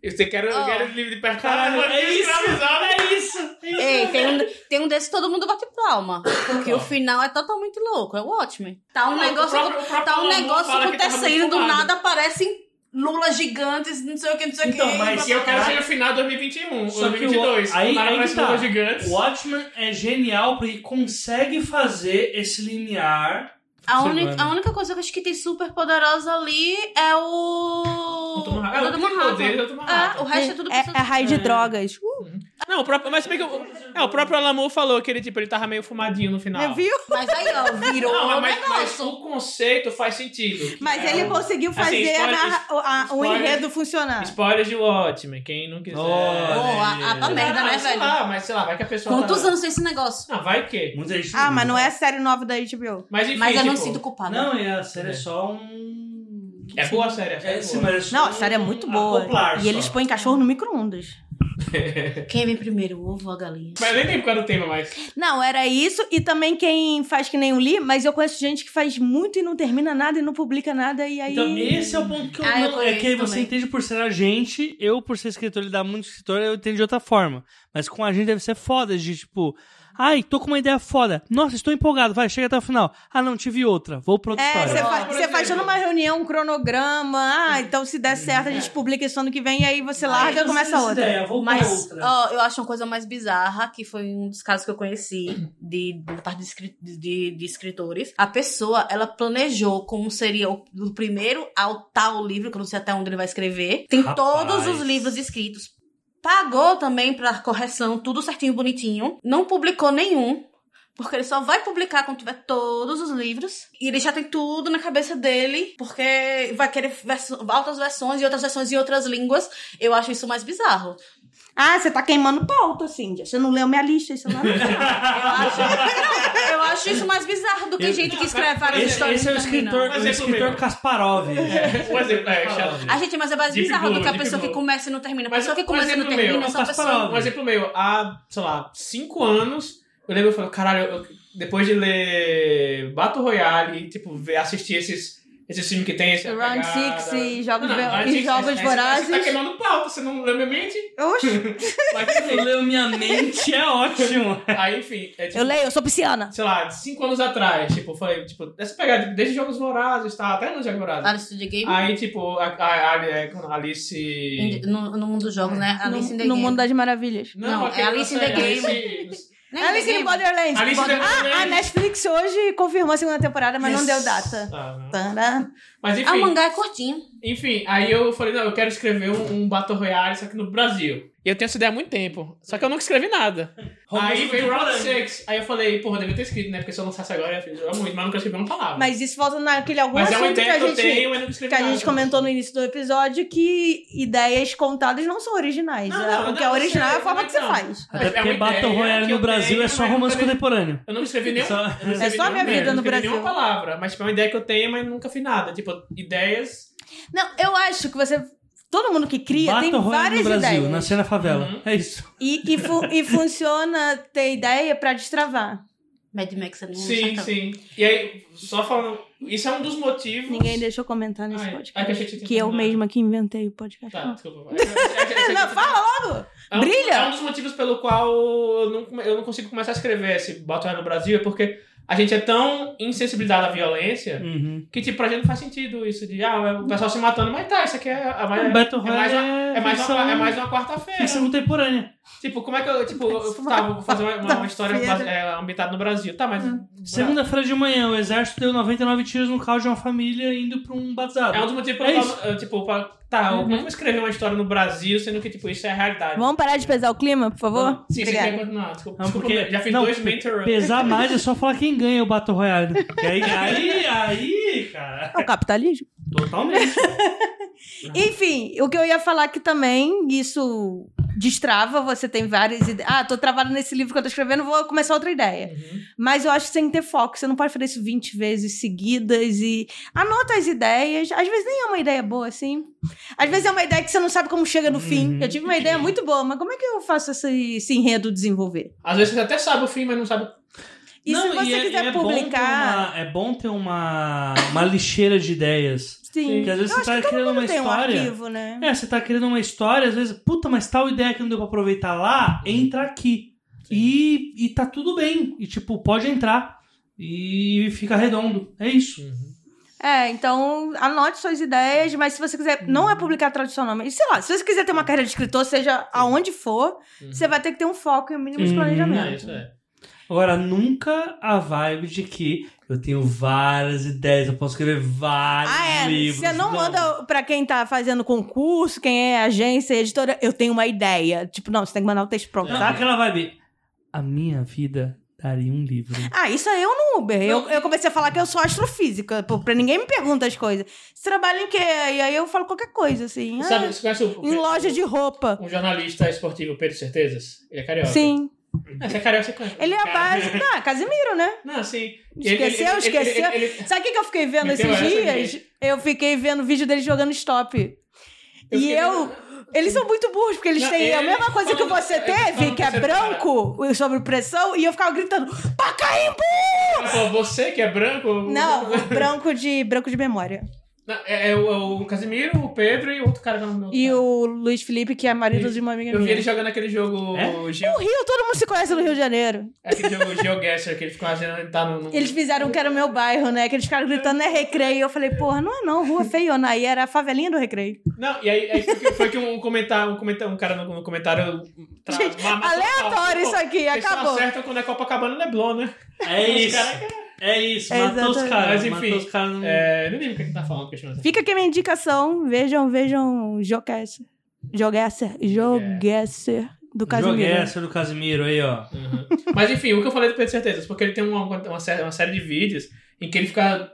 S2: Eu sei, quero, eu
S4: Oh.
S2: quero livre de perto.
S3: Caralho,
S2: Caralho,
S3: é isso,
S2: escravizado.
S3: é isso.
S4: Ei, tem um, tem um desse que todo mundo bate palma. Porque o final é totalmente louco. É o Watchmen. Tá um
S2: Não,
S4: negócio,
S2: o próprio- o próprio
S4: tá um
S2: Alan Moore
S4: negócio
S2: fala que tava
S4: acontecendo, do
S2: fumado.
S4: nada aparecem lulas gigantes, não sei o que, não sei o
S3: Então,
S4: que.
S3: mas
S2: E um, eu quero ser o final de 2021,
S3: Só
S2: ou
S3: que o-
S2: 2022.
S3: aí-
S2: Nara
S3: aí que
S2: parece
S3: tá.
S2: Lula gigantes.
S3: O Watchman é genial porque consegue fazer esse linear.
S4: A,
S3: Sim,
S4: é única,
S3: mano.
S4: a única coisa que eu acho que tem super poderosa ali é o.
S2: Eu tomo ra-
S4: o
S2: eu
S4: do
S2: tenho
S4: Manhattan.
S2: poder, eu tomo
S4: É,
S2: rata.
S4: o resto é tudo
S1: é, é
S4: pessoa-
S1: raio de drogas. Uh,
S2: Não, o próprio, mas se bem que o, é, o próprio Alamu falou que ele, tipo, ele tava meio fumadinho no final.
S1: Viu?
S4: Mas aí, ó, virou
S2: Não,
S4: um
S2: mas, mas, mas
S4: negócio.
S2: o conceito faz sentido.
S1: Mas
S2: É,
S1: ele
S2: o-
S1: conseguiu
S2: assim, Hum.
S1: fazer a
S2: spoiler-
S1: narra- o- a- o
S2: spoiler-
S1: enredo funcionar.
S2: Spoilers de Watchmen, quem não quiser.
S5: Olha
S4: Pô, a- a- a merda,
S2: Ah,
S4: né,
S2: sei
S4: velho?
S2: lá, mas sei lá, vai que a pessoa.
S4: Quantos
S2: tá-
S4: anos tem esse negócio?
S2: Ah, vai que.
S5: Muita gente
S1: Ah, mas não é a série nova da HBO.
S2: Mas enfim.
S4: Mas eu não me
S2: tipo,
S4: sinto culpada.
S5: Não, e a série é
S2: É.
S5: só um.
S2: É boa a série, a série é
S5: É, sim,
S2: boa.
S5: mas é só
S1: Não, a série é muito
S5: um
S2: Ah,
S1: boa.
S5: acoplar
S1: E
S5: só.
S1: eles põem cachorro no micro-ondas.
S4: Quem vem primeiro, o ovo ou a galinha?
S2: Mas nem lembro qual era o tema, mas.
S1: Não, era isso. E também quem faz que nem o Lee, mas eu conheço gente que faz muito e não termina nada e não publica nada. E aí.
S3: Então, esse é o ponto que eu
S4: Ah, eu
S3: não. É que
S4: conheço
S3: você
S4: também.
S3: entende por ser agente, eu, por ser escritor, ele dá muito escritor, eu entendo de outra forma. Mas com a gente deve ser foda, de tipo. Ai, tô com uma ideia foda. Nossa, estou empolgado. Vai, chega até o final. Ah, não, tive outra. Vou pra outra
S1: É,
S3: história.
S1: você
S2: Ó,
S1: fa-
S2: por
S1: você faz
S2: exemplo.
S1: numa reunião um cronograma. Ah, então se der certo, a gente publica isso ano que vem. E aí você larga e começa outra.
S5: Ideia, vou pra
S4: Mas
S5: outra.
S4: ó, eu acho uma coisa mais bizarra, que foi um dos casos que eu conheci de, da parte de, escri- de- de escritores. A pessoa, ela planejou como seria o, do primeiro ao tal livro, que eu não sei até onde ele vai escrever. Tem
S5: Rapaz.
S4: todos os livros escritos. Pagou também pra correção, tudo certinho, bonitinho. Não publicou nenhum. Porque ele só vai publicar quando tiver todos os livros. E ele já tem tudo na cabeça dele. Porque vai querer vers- altas versões e outras versões em outras línguas. Eu acho isso mais bizarro.
S1: Ah, você tá queimando pauta, Cindy. Você não leu minha lista, isso não é
S4: Eu acho, eu acho isso mais bizarro do que gente que escreve várias
S3: Esse,
S4: histórias.
S3: esse é o
S4: e termina.
S3: escritor,
S2: Mas
S3: o
S2: é
S3: escritor
S2: comigo.
S3: Kasparov. né?
S2: Um exemplo, é, Shadow.
S4: A gente, mas é mais
S2: Deep
S4: bizarro do
S2: Blue,
S4: que a
S2: Deep
S4: pessoa que
S2: Blue.
S4: começa e não termina. A
S2: Mas
S4: pessoa que
S2: um
S4: começa e não
S2: exemplo
S4: termina
S2: meu,
S4: é só a
S3: mas
S4: pessoa.
S3: parou.
S2: Um exemplo meu, há, sei lá, cinco anos, eu lembro, eu falei, caralho, eu- depois de ler Battle Royale e, tipo, ver, assistir esses, esses filmes que tem, esse
S1: Round
S2: pegada-
S1: Six e Jogos
S2: Não,
S1: Ve-
S2: Round
S1: e
S2: Six,
S1: Jogos
S2: aí você- aí Você tá
S1: Vorazes.
S2: queimando pauta, você não leu minha mente?
S1: Oxi.
S2: Mas, enfim,
S3: Leu minha mente, é ótimo.
S2: aí, enfim, é, tipo,
S1: Eu leio, eu sou pisciana.
S2: sei lá, cinco anos atrás, tipo, eu falei, tipo, essa pegada, tipo, desde Jogos Vorazes, tá, até no Jogos Vorazes.
S4: Alice de Game.
S2: Aí, tipo, a, a, a- é, como- Alice...
S4: Indi- No, no mundo dos jogos, né?
S1: No,
S4: Alice in the
S1: no
S4: Game.
S1: Mundo das Maravilhas.
S4: Não, é
S2: aquele-
S4: Alice in
S2: sei,
S4: the Game.
S2: Alice-
S4: Nem
S1: Alice in
S4: Game.
S1: Borderlands.
S2: Alice in the
S1: Ah, a
S2: Borderlands.
S1: Netflix hoje confirmou a segunda temporada, mas não deu data.
S2: Ah, não.
S1: Tadã.
S2: Mas
S4: Ah, o
S2: enfim,
S4: mangá é curtinho.
S2: enfim, aí eu falei, não, eu quero escrever um, um Battle Royale, só que no Brasil. E eu tenho essa ideia há muito tempo, só que eu nunca escrevi nada. aí veio Round 6, aí eu falei, porra, devia ter escrito, né, porque se eu lançasse agora, eu fiz muito, mas nunca escrevi uma palavra.
S1: Mas isso volta naquele algum
S2: Mas é uma
S1: assunto que a
S2: ideia que, eu
S1: gente...
S2: tenho, mas nunca escrevi
S1: Que a
S2: nada.
S1: gente comentou no início do episódio que ideias contadas não são originais.
S2: Não,
S1: É,
S2: não,
S1: o que
S2: não,
S1: é original é a
S2: sei,
S1: forma que você
S2: não.
S1: faz.
S2: Mas
S3: Até
S2: é
S3: porque
S2: uma
S3: Battle
S2: ideia
S3: Royale
S2: que
S3: no
S2: eu
S3: Brasil
S2: tenho,
S3: é só
S2: mas
S3: romance
S2: nunca-
S3: contemporâneo.
S2: Eu não escrevi nenhum.
S3: Só-
S2: eu não escrevi
S1: É só a minha
S2: nenhum-
S1: vida
S2: eu não
S1: no
S2: escrevi nenhuma
S1: Brasil.
S2: palavra, mas tipo, é uma ideia que eu tenho, mas nunca fiz nada. Tipo, ideias.
S1: Não, eu acho que você. Todo mundo que cria
S3: Battle
S1: tem
S3: Royale
S1: várias
S3: no Brasil,
S1: ideias.
S3: nascer na favela.
S2: Uhum.
S3: É isso.
S1: E, e, fu- e funciona ter ideia pra destravar.
S4: Mad Max é no
S2: Sim,
S4: sertão.
S2: sim. E aí, só falando, isso é um dos motivos.
S1: Ninguém deixou comentar nesse
S2: Ai, ai, que a gente
S1: podcast.
S2: tem
S1: Que eu
S2: que-
S1: mesma que inventei o podcast.
S2: Tá,
S1: Não.
S2: desculpa. É que- é que- é que-
S1: Não, fala logo!
S2: É um-
S1: Brilha!
S2: É um dos motivos pelo qual eu não, come- eu não consigo começar a escrever esse Battle Royale no Brasil, é porque a gente é tão insensibilizado à violência que, tipo, pra gente não faz sentido isso de, ah, o pessoal se matando, mas tá, isso aqui é, a mais,
S3: Battle
S2: é mais
S3: Royale
S2: uma,
S3: é,
S2: é mais
S3: ficção,
S2: uma, é mais uma quarta-feira.
S3: ficção contemporânea.
S2: Tipo, como é que eu, tipo, eu, tá, vou fazer uma, uma- uma história
S1: Quarta-feira.
S2: base- é, ambientada no Brasil. Tá, mas...
S1: Hum.
S3: Segunda-feira de manhã, o exército deu 99 tiros no carro de uma família indo pra um bazar.
S2: É um dos motivos
S3: É Uhum.
S2: pelo qual, eu, tipo, falo, tá, como é que eu vou escrever uma história no Brasil, sendo que, tipo, isso é a realidade?
S1: Vamos parar de pesar o clima, por favor?
S2: Sim, você
S1: Obrigada.
S2: quer continuar, desculpa.
S3: Não,
S2: desculpa,
S3: porque-
S2: já fiz
S3: não,
S2: dois mentor...
S3: Pesar mais é só falar quem ganha o Battle Royale. Que aí, aí, aí, cara.
S1: É o capitalismo.
S3: Totalmente.
S1: Enfim, o que eu ia falar que também isso destrava, você tem várias ideias. Ah, tô travada nesse livro que eu tô escrevendo, vou começar outra ideia.
S2: Uhum.
S1: Mas eu acho que você tem que ter foco, você não pode fazer isso 20 vezes seguidas e anota as ideias. Às vezes nem é uma ideia boa assim. Às vezes é uma ideia que você não sabe como chega no fim.
S3: Uhum.
S1: Eu tive uma ideia muito boa, mas como é que eu faço esse, esse enredo desenvolver?
S2: Às vezes você até sabe o fim, mas não sabe
S1: E se você
S3: é-
S1: quiser
S3: é bom ter
S1: publicar,
S3: uma- é bom ter uma, uma lixeira de ideias.
S1: sim.
S3: Porque às vezes
S1: Eu acho
S3: você tá
S1: que todo
S3: criando
S1: mundo
S3: uma
S1: tem um
S3: história.
S1: arquivo, né?
S3: É, você tá criando uma história, às vezes, puta, mas tal ideia que não deu pra aproveitar lá, entra aqui. E, e tá tudo bem. E tipo, pode entrar. E fica redondo. É isso.
S1: É, então anote suas ideias, mas se você quiser, não é publicar tradicionalmente. Sei lá, se você quiser ter uma carreira de escritor, seja aonde for,
S2: Uhum.
S1: você vai ter que ter um foco e um mínimo de
S3: Uhum,
S2: Não,
S1: planejamento.
S2: isso é.
S3: Agora, nunca a vibe de que eu tenho várias ideias, eu posso escrever vários
S1: Ah, é.
S3: livros.
S1: Você não manda pra quem tá fazendo concurso, quem é agência, editora, eu tenho uma ideia. Tipo, não, você tem que mandar o texto pronto,
S3: Não,
S1: tá?
S3: aquela vibe. A minha vida daria um livro.
S1: Ah, isso é eu no Uber. Eu, eu comecei a falar que eu sou astrofísica. Pô, pra ninguém me pergunta as coisas. Você trabalha em quê? E aí eu falo qualquer coisa, assim.
S2: Sabe,
S1: Ah,
S2: você conhece o,
S1: em loja de roupa.
S2: um jornalista esportivo, Pedro Certezas? Ele é carioca.
S1: Sim.
S2: Ah, Você é carioca, você conhece.
S1: Ele é a
S2: Cara-
S1: base. Ah, Casimiro, né?
S2: Não, sim.
S1: Esqueceu, esqueceu. Sabe o que, que eu fiquei vendo
S2: Meteu
S1: esses
S2: essa
S1: dias? Eu fiquei vendo vídeo dele jogando stop.
S2: Eu
S1: e
S2: fiquei
S1: eu. Eles são muito burros, porque eles
S2: Não,
S1: têm a
S2: ele
S1: mesma coisa que
S2: falando-
S1: você
S2: ele
S1: teve,
S2: falando
S1: que é
S2: que você-
S1: branco, sobre pressão, e eu ficava gritando: Pacaembu!
S2: Pô, você que é branco.
S1: Não, branco de branco de memória.
S2: Não, é, é o, é o Casimiro, o Pedro e outro cara que eu não
S1: E o Luiz Felipe, que é marido
S2: E-
S1: de uma amiga
S2: Eu vi
S1: minha.
S2: ele jogando aquele jogo.
S3: É?
S2: Geo... é
S1: No Rio, todo mundo se conhece no Rio de Janeiro.
S2: Aquele jogo GeoGuessr que ele ficou fazendo. Ele tá no. no...
S1: Eles fizeram que era o meu bairro, né? Que eles ficaram gritando, é recreio. Eu falei, porra, não é não, rua feiona. Aí era a favelinha do recreio.
S2: Não, e aí, aí foi, que, foi que um comentário, um, comentário, um cara no, no comentário. Tra...
S1: Gente,
S2: ma- ma-
S1: Aleatório isso aqui,
S2: Vocês só
S1: acabou.
S2: acertam quando é Copacabana e Leblon, né?
S3: É
S2: Os
S3: isso.
S2: caras-
S3: É isso.
S1: É
S3: Matou os
S1: exatamente.
S3: caras.
S2: Mas, enfim,
S3: Matou os caras.
S1: Hum.
S3: no-
S2: É, não lembro o que a gente tá falando. Questão assim.
S1: Fica aqui minha indicação. Vejam, vejam Joguesser. Joguesser. Joguesser do
S3: Jogo
S1: Casimiro.
S3: essa do Casimiro aí, ó.
S2: Uhum. Mas enfim, o que eu falei do Pedro Certezas, porque ele tem uma, uma, série, uma série de vídeos em que ele fica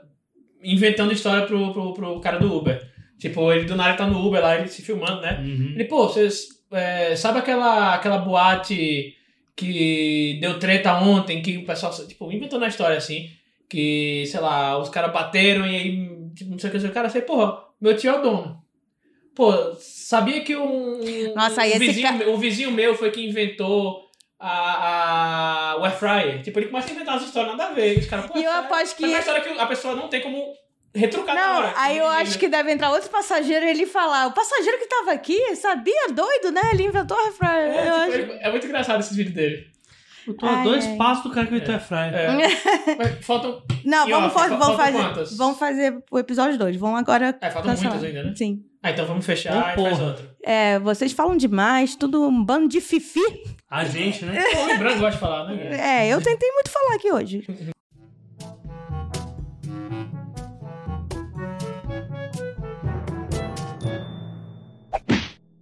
S2: inventando história pro, pro, pro cara do Uber. Tipo, ele do nada tá no Uber lá, ele se filmando, né?
S3: Uhum.
S2: Ele, pô, vocês. é, sabe aquela, aquela boate que deu treta ontem, que o pessoal, tipo, inventando a história assim, que, sei lá, os caras bateram e aí, tipo, não sei o que, não sei o que, cara, sei, porra, meu tio é o dono. Pô, sabia que um.
S1: Nossa, aí
S2: um
S1: esse
S2: vizinho,
S1: ca-
S2: meu- um vizinho meu foi que inventou a, a, o air fryer. Tipo, ele começa a inventar as histórias nada a ver. Os caras, pô,
S1: E eu
S2: essa-
S1: aposto que-
S2: essa É uma história que a pessoa não tem como retrucar na
S1: Não,
S2: hora. Tipo, né?
S1: aí eu acho que deve entrar outro passageiro e ele falar. O passageiro que tava aqui sabia, doido, né? Ele inventou a refrão.
S2: É,
S1: eu
S2: tipo,
S1: acho.
S2: ele- é muito engraçado esses vídeos dele.
S3: Eu tô a
S1: Ai,
S3: dois
S1: ai.
S3: passos do cara que eu tô é fraio.
S2: É. Mas faltam.
S1: Não,
S2: E,
S1: vamos,
S2: ó,
S1: fa-
S2: fa-
S1: vamos
S2: faltam
S1: fazer.
S2: quantas?
S1: Vamos fazer o episódio 2. Vamos agora.
S2: É, faltam
S1: cancelar.
S2: muitas ainda, né?
S1: Sim.
S2: Ah, então vamos fechar
S3: Ô,
S2: e faz
S3: Um porra.
S2: outro.
S1: É, vocês falam demais, tudo um bando de fifi.
S3: A gente, né?
S2: Pô, em branco gosta de falar, né?
S1: É, eu tentei muito falar aqui hoje.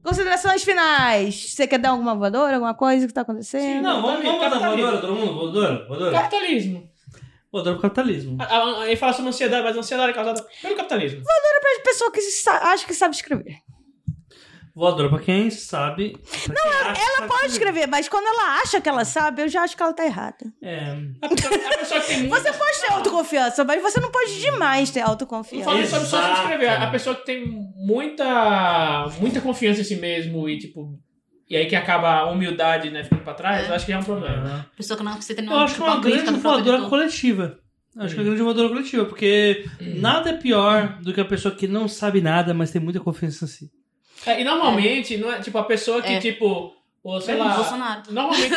S1: Considerações finais. Você quer dar alguma voadora, alguma coisa que tá acontecendo?
S3: Não, vamos, vamos dar
S2: Capitalismo.
S3: voadora, todo mundo, voadora, voadora.
S2: Capitalismo.
S3: Voadora pro capitalismo.
S2: A- a- a- Ele fala sobre ansiedade, mas a ansiedade é causada pelo capitalismo.
S1: Pra pessoa que sa- acha que sabe escrever.
S3: Voadora pra quem sabe. Não, ela
S1: Pode escrever, mas quando ela acha que ela sabe, eu já acho que ela tá errada.
S3: É,
S2: A pessoa, a pessoa que tem muito.
S1: Você pode ter autoconfiança, mas você não pode demais ter
S2: Não
S1: autoconfiança.
S2: falando sobre só sobre
S3: Exato.
S2: escrever. A pessoa que tem muita, muita confiança em si mesmo e, tipo. E aí que acaba a humildade, né, ficando pra trás, eu acho que é um problema.
S4: Pessoa que não precisa ter
S3: Eu acho que é uma grande voadora coletiva. Eu Acho que é uma grande voadora coletiva, porque nada é pior do que a pessoa que não sabe nada, mas tem muita confiança em si.
S2: É, e normalmente, não é, tipo, a pessoa que,
S4: É.
S2: tipo. Ou sei lá.
S4: Bolsonaro.
S2: Normalmente.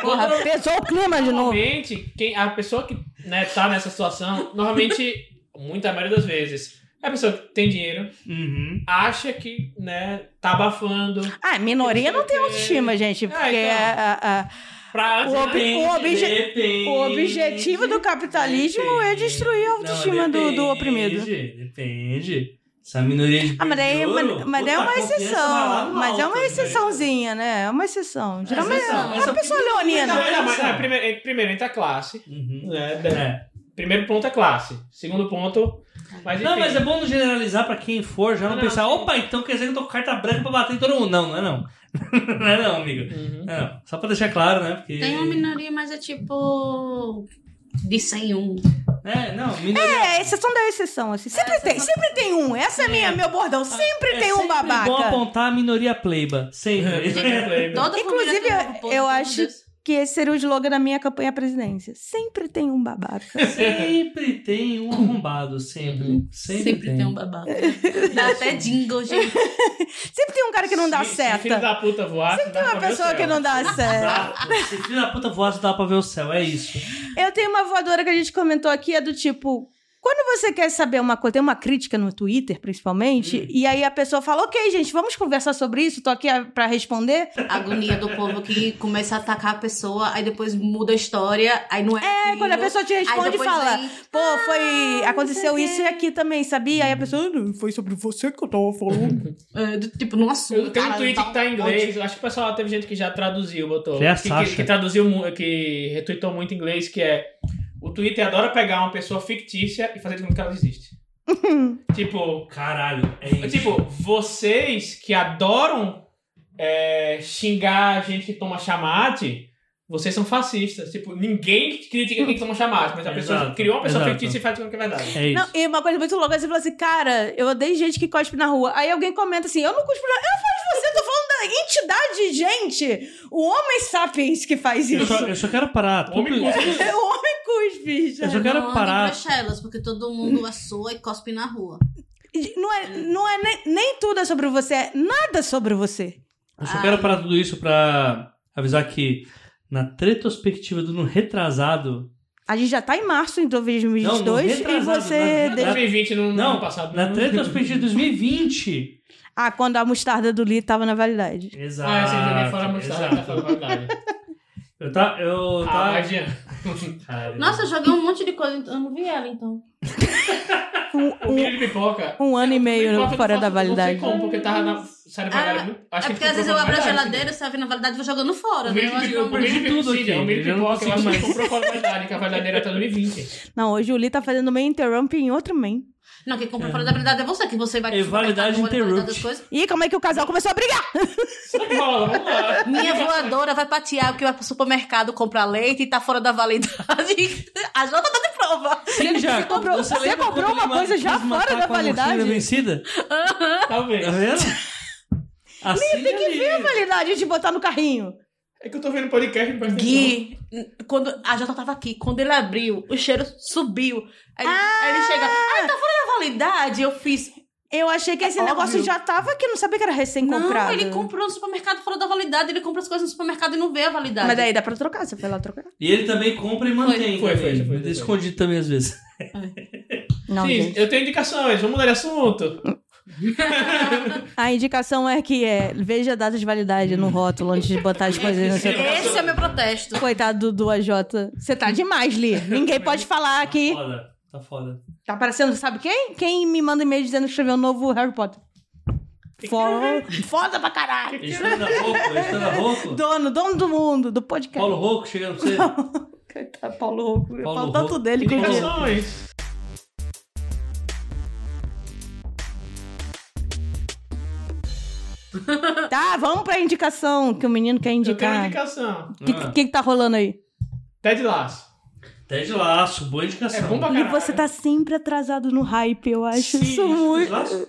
S1: Porra, pesou o clima de novo.
S2: Normalmente, quem, a pessoa que né, tá nessa situação, normalmente, muita maioria das vezes, é a pessoa que tem dinheiro,
S3: Uhum.
S2: acha que, né, tá abafando.
S1: Ah, minoria não tem autoestima, gente,
S2: É,
S1: porque é,
S2: então.
S1: a- a- a-
S2: Pra
S1: O ob-
S2: né?
S1: o obje- o objetivo do capitalismo é destruir a autoestima do, do oprimido.
S3: Depende, depende. Essa minoria de
S1: Ah, mas daí,
S3: ouro,
S1: mas, mas daí é
S3: puta,
S1: uma
S3: a confiança vai lá
S1: exceção.
S3: no
S1: Mas é
S3: alto,
S1: uma exceçãozinha, né? É uma exceção. Geralmente é
S3: exceção.
S1: uma
S3: Essa-
S1: pessoa
S2: Não,
S1: leonina.
S2: não, mas, não, primeiro, é, primeiro entra a classe.
S3: né? Uhum.
S2: Né,
S3: É.
S2: primeiro ponto é classe. Segundo ponto. Mas,
S3: Não,
S2: enfim.
S3: mas é bom não generalizar pra quem for, já não,
S2: Não,
S3: pensar,
S2: sim.
S3: opa, então quer dizer que eu tô com carta branca pra bater em todo mundo. Não, não é não. não é não, amigo.
S2: Uhum.
S3: Não, é não. Só pra deixar claro, né? Porque...
S4: Tem uma minoria, mas é tipo. De 101.
S3: É, não, minoria.
S1: É, exceção da exceção, assim. Sempre tem, sempre tem um. Essa é minha, meu bordão. Sempre
S3: É
S1: tem um
S3: sempre bom
S1: babaca.
S3: apontar a minoria pleiba. Sempre.
S4: Toda
S1: Inclusive,
S4: família tem um grupo,
S1: eu
S4: todo
S1: acho-
S4: Deus.
S1: Que esse seria o slogan da minha campanha à presidência. Sempre tem um
S2: É.
S1: babaca.
S3: sempre tem um arrombado.
S2: Uhum.
S3: Sempre. Sempre,
S4: Sempre, tem. um babaca. Dá até jingle, gente.
S1: Sempre tem um cara que não dá
S2: Se- Se filho
S1: seta.
S2: da puta voar,
S1: Sempre tem uma pessoa
S2: assim,
S1: que não dá seta.
S3: Exato. Se filho da puta voasse, dá pra ver o céu. É isso.
S1: Eu tenho uma voadora que a gente comentou aqui, é do tipo. Quando você quer saber uma coisa, tem uma crítica no Twitter, principalmente,
S3: Hum.
S1: e aí a pessoa fala: ok, gente, vamos conversar sobre isso, tô aqui a- pra responder.
S4: A agonia do povo que começa a atacar a pessoa, aí depois muda a história, aí não é.
S1: É,
S4: aquilo.
S1: quando a pessoa te responde e
S4: depois
S1: fala,
S4: vem,
S1: pô,
S3: "Ah,
S1: foi. Aconteceu isso e aqui também, sabia?
S3: Hum.
S1: Aí a pessoa, "Não, foi sobre você que eu tava falando.
S4: é, do- tipo, num assunto.
S2: Eu- Tem um
S4: cara,
S2: tweet
S4: tá
S2: que tá em
S4: ótimo.
S2: inglês. eu Acho que o pessoal teve gente que já traduziu, botou.
S3: Que é a
S2: que,
S3: Sasha.
S2: que traduziu, mu- que retweetou muito em inglês, que é o Twitter adora pegar uma pessoa fictícia e fazer de conta que ela existe. tipo,
S3: Caralho, é
S2: tipo, vocês que adoram é, xingar a gente que toma chamate, vocês são fascistas. Tipo, ninguém critica quem toma chamate, mas a pessoa
S3: Exato,
S2: criou uma pessoa
S3: exato.
S2: fictícia e faz de conta que é verdade.
S3: É isso.
S1: Não, e uma coisa muito louca, você fala assim, cara, eu odeio gente que cospe na rua. Aí alguém comenta assim, eu não cuspo na rua. Eu falo de você, eu tô falando da entidade, gente. O homem sapiens que faz
S3: eu,
S1: isso.
S3: só, eu só quero parar.
S2: Homem
S3: tudo-
S2: com-
S1: É o homem cuspe, já.
S3: Eu só quero
S4: não
S3: parar.
S4: Não Bruxelas, porque todo mundo assoa e cospe na rua.
S1: Não é, não é nem, nem tudo é sobre você, é nada sobre você.
S3: Eu só
S4: Ai.
S3: quero parar tudo isso pra avisar que na retrospectiva do No Retrasado.
S1: A gente já tá em março de
S3: Não, no
S1: 2022 e
S3: retrasado,
S1: você.
S3: na-
S1: deixa-
S2: 2020 no no ano
S3: Não, é
S2: passado. Ah,
S3: na
S2: não-
S3: retrospectiva de 2020.
S1: Ah, quando a mostarda do Lee tava na validade.
S3: Exato.
S2: Ah, esse jogo é fora mostrado, tá
S3: exato.
S2: fora da verdade.
S3: Eu tá. Eu
S2: Ah,
S3: tá.
S2: mas, Jean,
S3: Caralho.
S4: Nossa, eu joguei um monte de coisa, eu não vi ela então.
S2: O milho de pipoca.
S1: Um ano e meio
S2: Pipoca eu não
S1: fora
S2: faço-
S1: da
S2: Não
S1: validade.
S2: sei como, porque tava na. Sério,
S4: Ah,
S2: verdade, muito- acho
S4: é
S2: que
S4: porque
S2: ficou
S4: às vezes eu
S2: com
S4: abro a
S2: verdade,
S4: geladeira, você abre na validade e vou jogando fora,
S2: O
S4: né?
S2: milho de
S4: acho que
S2: pipoca,
S4: não-
S2: o milho de
S3: perdi tudo
S2: pipoca,
S3: aqui,
S2: O milho de
S3: eu não
S2: pipoca, eu acho que
S3: consigo
S2: comprou com a validade, que a verdadeira tá 2020.
S1: Não, hoje o Lee tá fazendo meio interrump em outro man.
S4: Não, quem compra fora da validade é você, que você vai
S3: É validade
S4: vai- vai- vai-
S3: interrupt.
S4: das coisas.
S1: Ih, como é que o casal começou a brigar?
S2: Sabe que rola? Vamos lá.
S4: Minha voadora vai pra Tiago que vai pro supermercado comprar leite e tá fora da validade. A Jota tá de prova.
S3: Sim, já.
S1: Você comprou- você
S3: lembra
S1: comprou
S3: quando
S1: uma
S3: ele ma-
S1: coisa já
S3: quis matar
S1: fora da
S3: com a mochila
S1: validade?
S3: vencida? Tá
S2: Talvez.
S3: vendo? Assim
S1: Tem que
S3: ali.
S1: ver a validade de botar no carrinho.
S2: É que eu tô vendo podcast me presta atenção.
S4: Gui, quando a Jota tava aqui, quando ele abriu, o cheiro subiu. Aí, aí ele chega, ah, tá fora da validade. Eu fiz.
S1: Eu achei que esse
S4: É
S1: negócio
S4: óbvio.
S1: já tava aqui, não sabia que era recém-comprado.
S4: Não, ele comprou no supermercado fora da validade. Ele compra as coisas no supermercado e não vê a validade.
S1: Mas daí dá pra trocar, você foi lá trocar.
S3: E ele também compra e mantém.
S2: Foi, foi,
S3: também.
S2: foi, foi, foi.
S3: Escondido também às vezes.
S1: Não,
S2: Sim,
S1: gente.
S2: eu tenho indicações, vamos mudar de assunto.
S1: A indicação é que é, veja a data de validade no rótulo antes de botar as coisas no seu
S4: Esse é o meu protesto.
S1: Coitado do, do AJ. Você tá demais, Li. Ninguém pode falar aqui.
S3: Tá foda. Tá foda.
S1: Tá aparecendo, sabe quem? Quem me manda e-mail dizendo que escreveu um novo Harry Potter. Foda, foda pra caralho.
S3: Estrada Rocco, Estrada Rocco.
S1: Dono, dono do mundo, do podcast.
S3: Paulo Rocco chegando pra você.
S1: Coitado, Paulo Rouco. Eu
S3: Paulo
S1: falo
S3: Rouco.
S1: tanto dele que eu queria.
S2: Indicações.
S1: Tá, vamos pra indicação que o menino quer
S2: Eu tenho uma
S1: indicar.
S2: indicação.
S1: O que,
S3: Ah.
S1: que que tá rolando aí?
S2: Ted Lasso.
S3: Ted Laço, boa
S2: É
S3: indicação.
S2: bom pra
S1: E
S2: caralho.
S1: você tá sempre atrasado no hype, eu acho
S3: Sim,
S1: isso
S3: Ted
S1: muito.
S3: Laço.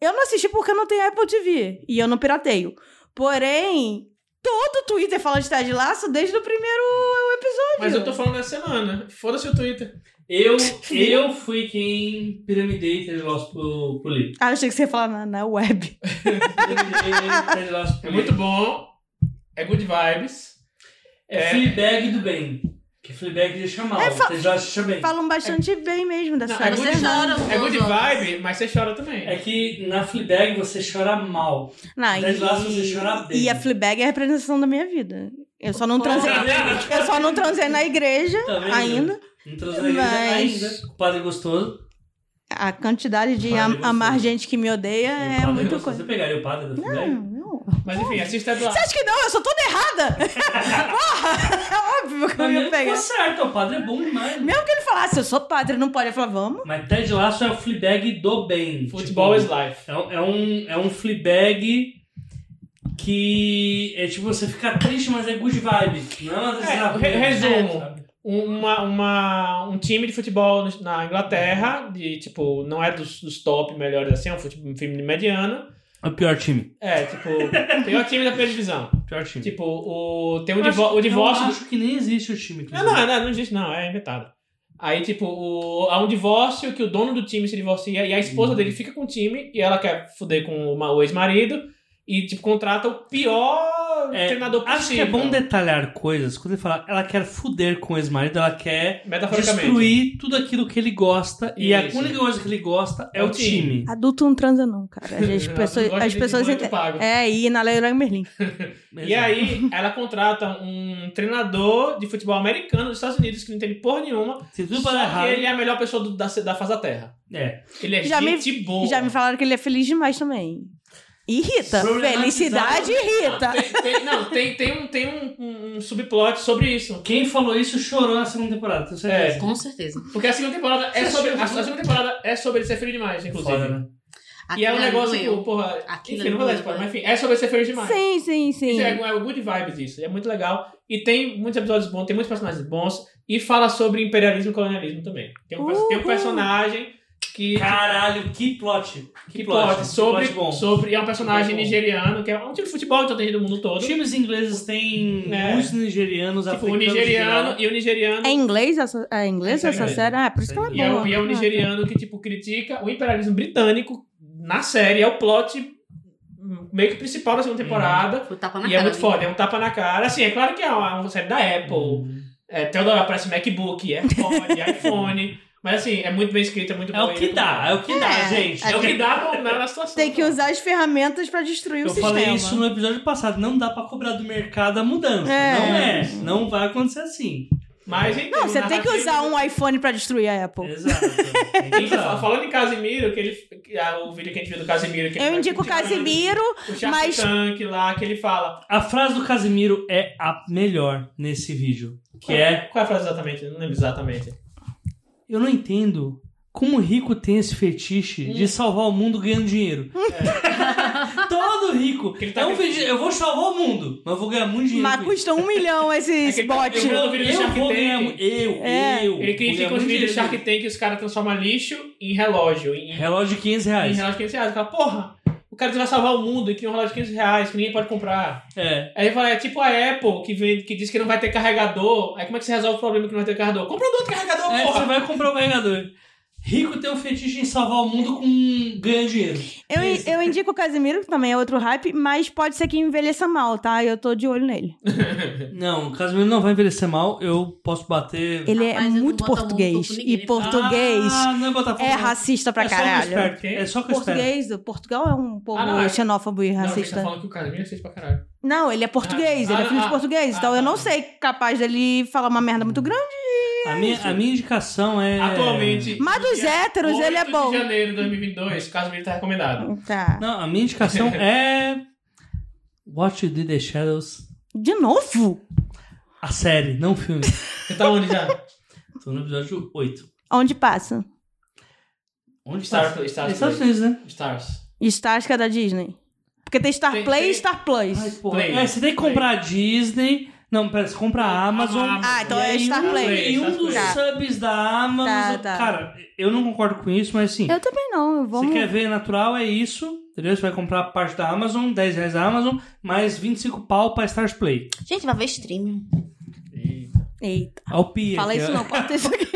S1: Eu não assisti porque eu não tenho Apple TV e eu não pirateio. Porém, todo Twitter fala de Ted Laço desde o primeiro episódio.
S2: Mas eu tô falando essa semana. Foda-se o Twitter.
S3: Eu, eu fui quem piramidei Ted Laço pro, pro Lee.
S1: Ah, achei que você ia falar na, na web.
S3: Piramidei Ted Laço pro
S2: É
S3: Lee.
S2: muito bom. É good vibes.
S3: É Fleabag do bem. Que Fleabag deixa mal.
S1: É, fa-
S3: Ted Laço deixa bem.
S1: Falam bastante bem mesmo da
S3: Tá
S2: Não,
S1: série.
S2: é
S4: Você
S2: good,
S4: chora um
S2: é
S4: com os
S2: good
S4: outros.
S2: vibe, mas você chora também.
S3: É que na Fleabag você chora mal.
S1: Não,
S3: Ted Lasso você chora bem.
S1: E a Fleabag é a representação da minha vida. Eu só não
S4: Porra.
S1: transei. Eu só não transei na igreja
S3: Tá vendo?
S1: ainda.
S3: Não transei
S1: Mas-
S3: ainda. O padre é gostoso.
S1: A quantidade de
S3: Vale
S1: am-
S3: você.
S1: amar gente que me odeia
S3: E o
S1: é
S3: padre
S1: muito
S3: gostoso.
S1: coisa.
S3: Você pegaria o padre da Fleabag?
S1: Não, não.
S2: Mas enfim, assista do
S1: Você acha que não? Eu sou toda errada! Porra! É óbvio que eu
S3: Mas
S1: me
S3: mesmo que
S1: pego.
S3: tá certo, o padre é bom demais.
S1: Mesmo que ele falasse, eu sou padre, não pode. Eu falava, vamos.
S3: Mas Ted Lasso é o Fleabag do bem.
S2: Futebol is
S3: tipo,
S2: life.
S3: é, um- é um, é um Fleabag que é tipo você ficar triste, mas é good vibe. Não é uma
S2: É,
S3: desgraça.
S2: re- resumo.
S3: Sabe?
S2: Um, Uma, uma, um time de futebol no- na Inglaterra, de tipo, não é dos, dos top melhores assim, é um, futebol, um time de mediano.
S3: É o pior time.
S2: É, tipo, tem o time da primeira divisão.
S3: Pior time.
S2: Tipo, o, tem o,
S3: Eu
S2: divo-
S3: acho-
S2: o divórcio. É,
S3: Eu acho que nem existe o time. que
S2: Não,
S3: existe.
S2: não, não, não existe, não, é inventado. Aí, tipo, o, há um divórcio que o dono do time se divorcia e a esposa dele fica com o time e ela quer fuder com o ma- o ex-marido. e, tipo, contrata o pior
S3: É,
S2: treinador possível.
S3: Acho que é bom detalhar coisas. Quando ele fala, ela quer fuder com o ex-marido, ela quer
S2: Metaforicamente.
S3: destruir tudo aquilo que ele gosta. E a
S2: Isso.
S3: única coisa que ele gosta é o time.
S1: Adulto não transa, não, cara. As
S2: Ela
S1: pessoas.
S2: gosta
S1: As
S2: de
S1: pessoas É,
S2: muito
S1: ente-
S2: pago.
S1: é, e na Leroy Merlin.
S2: E aí, ela contrata um treinador de futebol americano dos Estados Unidos que não entende porra nenhuma.
S3: Se tudo
S2: Só
S3: vai dar errado.
S2: que ele é a melhor pessoa do- da, da face da Terra.
S3: É.
S2: Ele é
S1: Já me-
S2: gente boa.
S1: Já me falaram que ele é feliz demais também. Irrita.
S3: Problematizado.
S2: É
S1: Felicidade irrita.
S2: Tem- tem- não, tem, tem, um, tem um- um, um subplot sobre isso.
S3: Quem falou isso chorou na segunda temporada, tenho
S2: É.
S3: certeza.
S4: Com certeza.
S2: Porque a segunda temporada é sobre. A, a segunda temporada é sobre ele ser feliz demais, inclusive.
S3: Foda, né?
S2: E é um
S4: Aquilo
S2: negócio
S4: ali
S2: que,
S4: doeu.
S2: porra.
S4: Aquilo
S2: Enfim, não
S4: ali
S2: vou dar
S4: doeu.
S2: spoiler, mas enfim, é sobre ser feliz demais.
S1: Sim, sim, sim.
S2: Isso é, é o good vibes isso. É muito legal. E tem muitos episódios bons, tem muitos personagens bons. E fala sobre imperialismo e colonialismo também. Tem um, perso- tem um
S1: Uhul.
S2: personagem que.
S3: Caralho, que plot.
S2: que plot, sobre,
S3: plot bom.
S2: sobre. É um personagem
S3: Que plot bom.
S2: nigeriano, que é um time de futebol, então tem gente do mundo todo. Tipo,
S3: Times ingleses têm
S2: É.
S3: muitos nigerianos,
S2: o
S3: africanos.
S2: nigeriano e o nigeriano.
S1: É inglês essa, é inglês
S2: É
S1: essa
S2: inglês.
S1: série? Ah, por isso que ela é
S2: E é, o,
S1: boa.
S2: e é o nigeriano que, tipo, critica o imperialismo britânico na série. É o plot hum, meio que principal da segunda
S1: Uhum.
S2: temporada.
S4: Foi tapa na
S2: E
S4: cara.
S2: é muito
S4: ali.
S2: foda, é um tapa na cara. Assim, é claro que é uma, uma série da
S3: Uhum.
S2: Apple. É, Theodore aparece MacBook, é iPod, é iPhone. Mas assim, é muito bem escrito, é muito
S3: É
S2: bom.
S3: o que dá, é o que dá,
S1: É.
S3: gente.
S2: É o que dá pra- na, na situação.
S1: Tem que usar as ferramentas pra destruir
S3: Eu
S1: o sistema.
S3: falei isso no episódio passado. Não dá pra cobrar do mercado a mudança.
S1: É.
S3: Não é. Não vai acontecer assim.
S2: Mas, enfim,
S1: Não, você tem que usar um iPhone pra destruir a Apple.
S3: Exato. Então, Tem que
S2: narrativa-
S3: usar.
S2: Falando em Casimiro, que ele, que, ah, o vídeo que a gente viu do Casimiro. Que um ele
S1: Eu
S2: É, vai
S1: indico o
S2: criticando
S1: Casimiro.
S2: O Shark
S1: mas-
S2: Tank lá, que ele fala.
S3: A frase do Casimiro é a melhor nesse vídeo. Que é...
S2: Qual é a frase exatamente? Eu Não lembro exatamente.
S3: Eu não entendo como o rico tem esse
S1: Hum.
S3: fetiche de salvar o mundo ganhando dinheiro.
S1: É.
S3: Todo rico.
S2: Ele tá
S3: é um
S2: ganhando-
S3: fetiche. Eu vou salvar o mundo, mas eu vou ganhar muito dinheiro.
S1: Mas
S3: com isso.
S1: custa um milhão esse
S2: Aquele
S1: bot.
S2: cabelo-
S3: Eu,
S2: vídeo do Shark
S3: vou
S2: Tank.
S3: ganhar mu- Eu,
S1: É.
S3: eu.
S2: Ele
S3: vou ganhar
S2: critica os
S3: muito
S2: vídeos do
S3: dinheiro.
S2: Shark Tank que os caras transformam lixo em relógio. Em, em
S3: Relógio de 500 reais.
S2: relógio de 500 reais. Ele fala, porra, o cara vai salvar o mundo e cria um relógio de 500 reais que ninguém pode comprar.
S3: É.
S2: Aí ele fala, é tipo a Apple que, vende, que diz que não vai ter carregador. Aí como é que você resolve o problema que não vai ter carregador? Compra um outro carregador,
S3: Aí É, você
S2: porra!
S3: vai comprar o carregador. Rico tem um fetiche em salvar o mundo com ganhando dinheiro.
S1: Eu, eu indico o Casimiro, que também é outro hype, mas pode ser que envelheça mal, tá? Eu tô de olho nele.
S3: Não, o Casimiro não vai envelhecer mal. Eu posso bater.
S1: Ele é
S4: Rapaz, eu não
S1: muito
S4: boto a mão no
S1: português.
S4: cu por ninguém.
S1: E português
S3: Ah, não é Botafogo.
S1: é
S3: não.
S1: racista pra
S3: É só que eu
S1: caralho.
S3: espero. É só que eu espero.
S1: Português, o Portugal é um povo
S2: Ah, não, é-
S1: xenófobo e
S2: Não, você tá
S1: racista. Não,
S2: falando que o Casimiro é racista pra caralho.
S1: ele é português,
S2: Ah,
S1: ele é
S2: ah,
S1: filho de
S2: ah,
S1: português.
S2: ah,
S1: então eu não
S2: ah.
S1: sei capaz dele falar uma merda muito grande.
S3: A minha, a minha indicação é.
S2: Atualmente.
S1: Mas dos
S2: dia
S1: héteros, ele é
S2: 8
S1: bom.
S2: de janeiro de 2022, Casimiro tá recomendado.
S1: Tá.
S3: Não, a minha indicação é. Watch You Did the Shadows.
S1: De novo?
S3: A série, não o filme.
S2: Você tá onde já?
S3: Tô no episódio 8.
S1: Onde passa?
S3: Onde
S2: Star-
S3: passa?
S1: Tá,
S2: Star-
S3: Estados Unidos, né?
S2: Stars.
S1: Stars que é da Disney. Porque tem Star
S2: Tem-
S1: Play
S2: tem-
S1: e Star Plus.
S3: Ai, porra.
S2: Play.
S3: É, você tem que comprar a Disney. Não, pera, você compra a Amazon.
S2: Amazon.
S1: Ah, então
S3: E
S1: é
S3: aí
S1: Star
S3: um-
S1: Play.
S3: E um dos
S1: Tá.
S3: subs da Amazon.
S1: Tá, tá.
S3: Cara, eu não concordo com isso, mas assim.
S1: Eu também não, eu vou.
S3: Você quer ver natural, é isso. Entendeu? Você vai comprar a parte da Amazon, 10 reais da Amazon, mais 25 pau pra Stars Play.
S4: Gente, vai ver streaming.
S1: Eita.
S3: Alpia.
S1: Fala
S3: que
S1: isso
S3: é-
S1: não, corta isso aqui.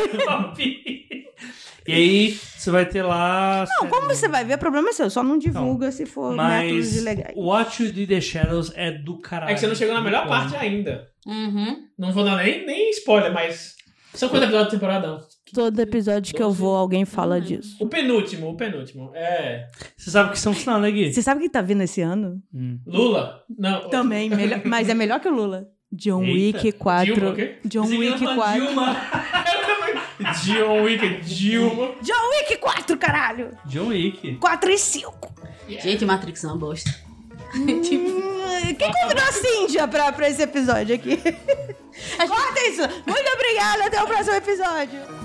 S3: e aí, você vai ter lá.
S1: Não, como você vai ver, o problema é seu. Só não divulga se for métodos
S3: Mas.
S1: ilegais.
S3: Watch You Did the Shadows é do caralho.
S2: É que você não chegou na melhor
S3: Muito
S2: parte
S3: bom.
S2: ainda.
S4: Uhum.
S2: Não vou dar nem, nem spoiler, mas. São quantos episódios da temporada? não?
S1: Todo episódio que eu vou, alguém fala
S4: Hum.
S1: disso.
S2: O penúltimo, o penúltimo. É.
S3: Você sabe o que são sinal, né, Gui?
S1: Você sabe quem tá vindo esse ano?
S3: Hum.
S2: Lula? Não.
S1: Também, melhor- mas é melhor que o Lula. John
S3: Eita.
S1: Wick 4.
S2: Dilma, o quê?
S1: John
S3: Você
S1: Wick
S3: quer
S1: 4.
S3: Dilma.
S2: John Wick, Dilma.
S1: John Wick 4, caralho!
S3: John Wick.
S1: 4 e 5.
S4: Gente, Matrix é uma bosta. tipo,
S1: Hum, Quem convidou a Cíndia pra, pra esse episódio aqui? Corta isso! Muito obrigada, até o próximo episódio!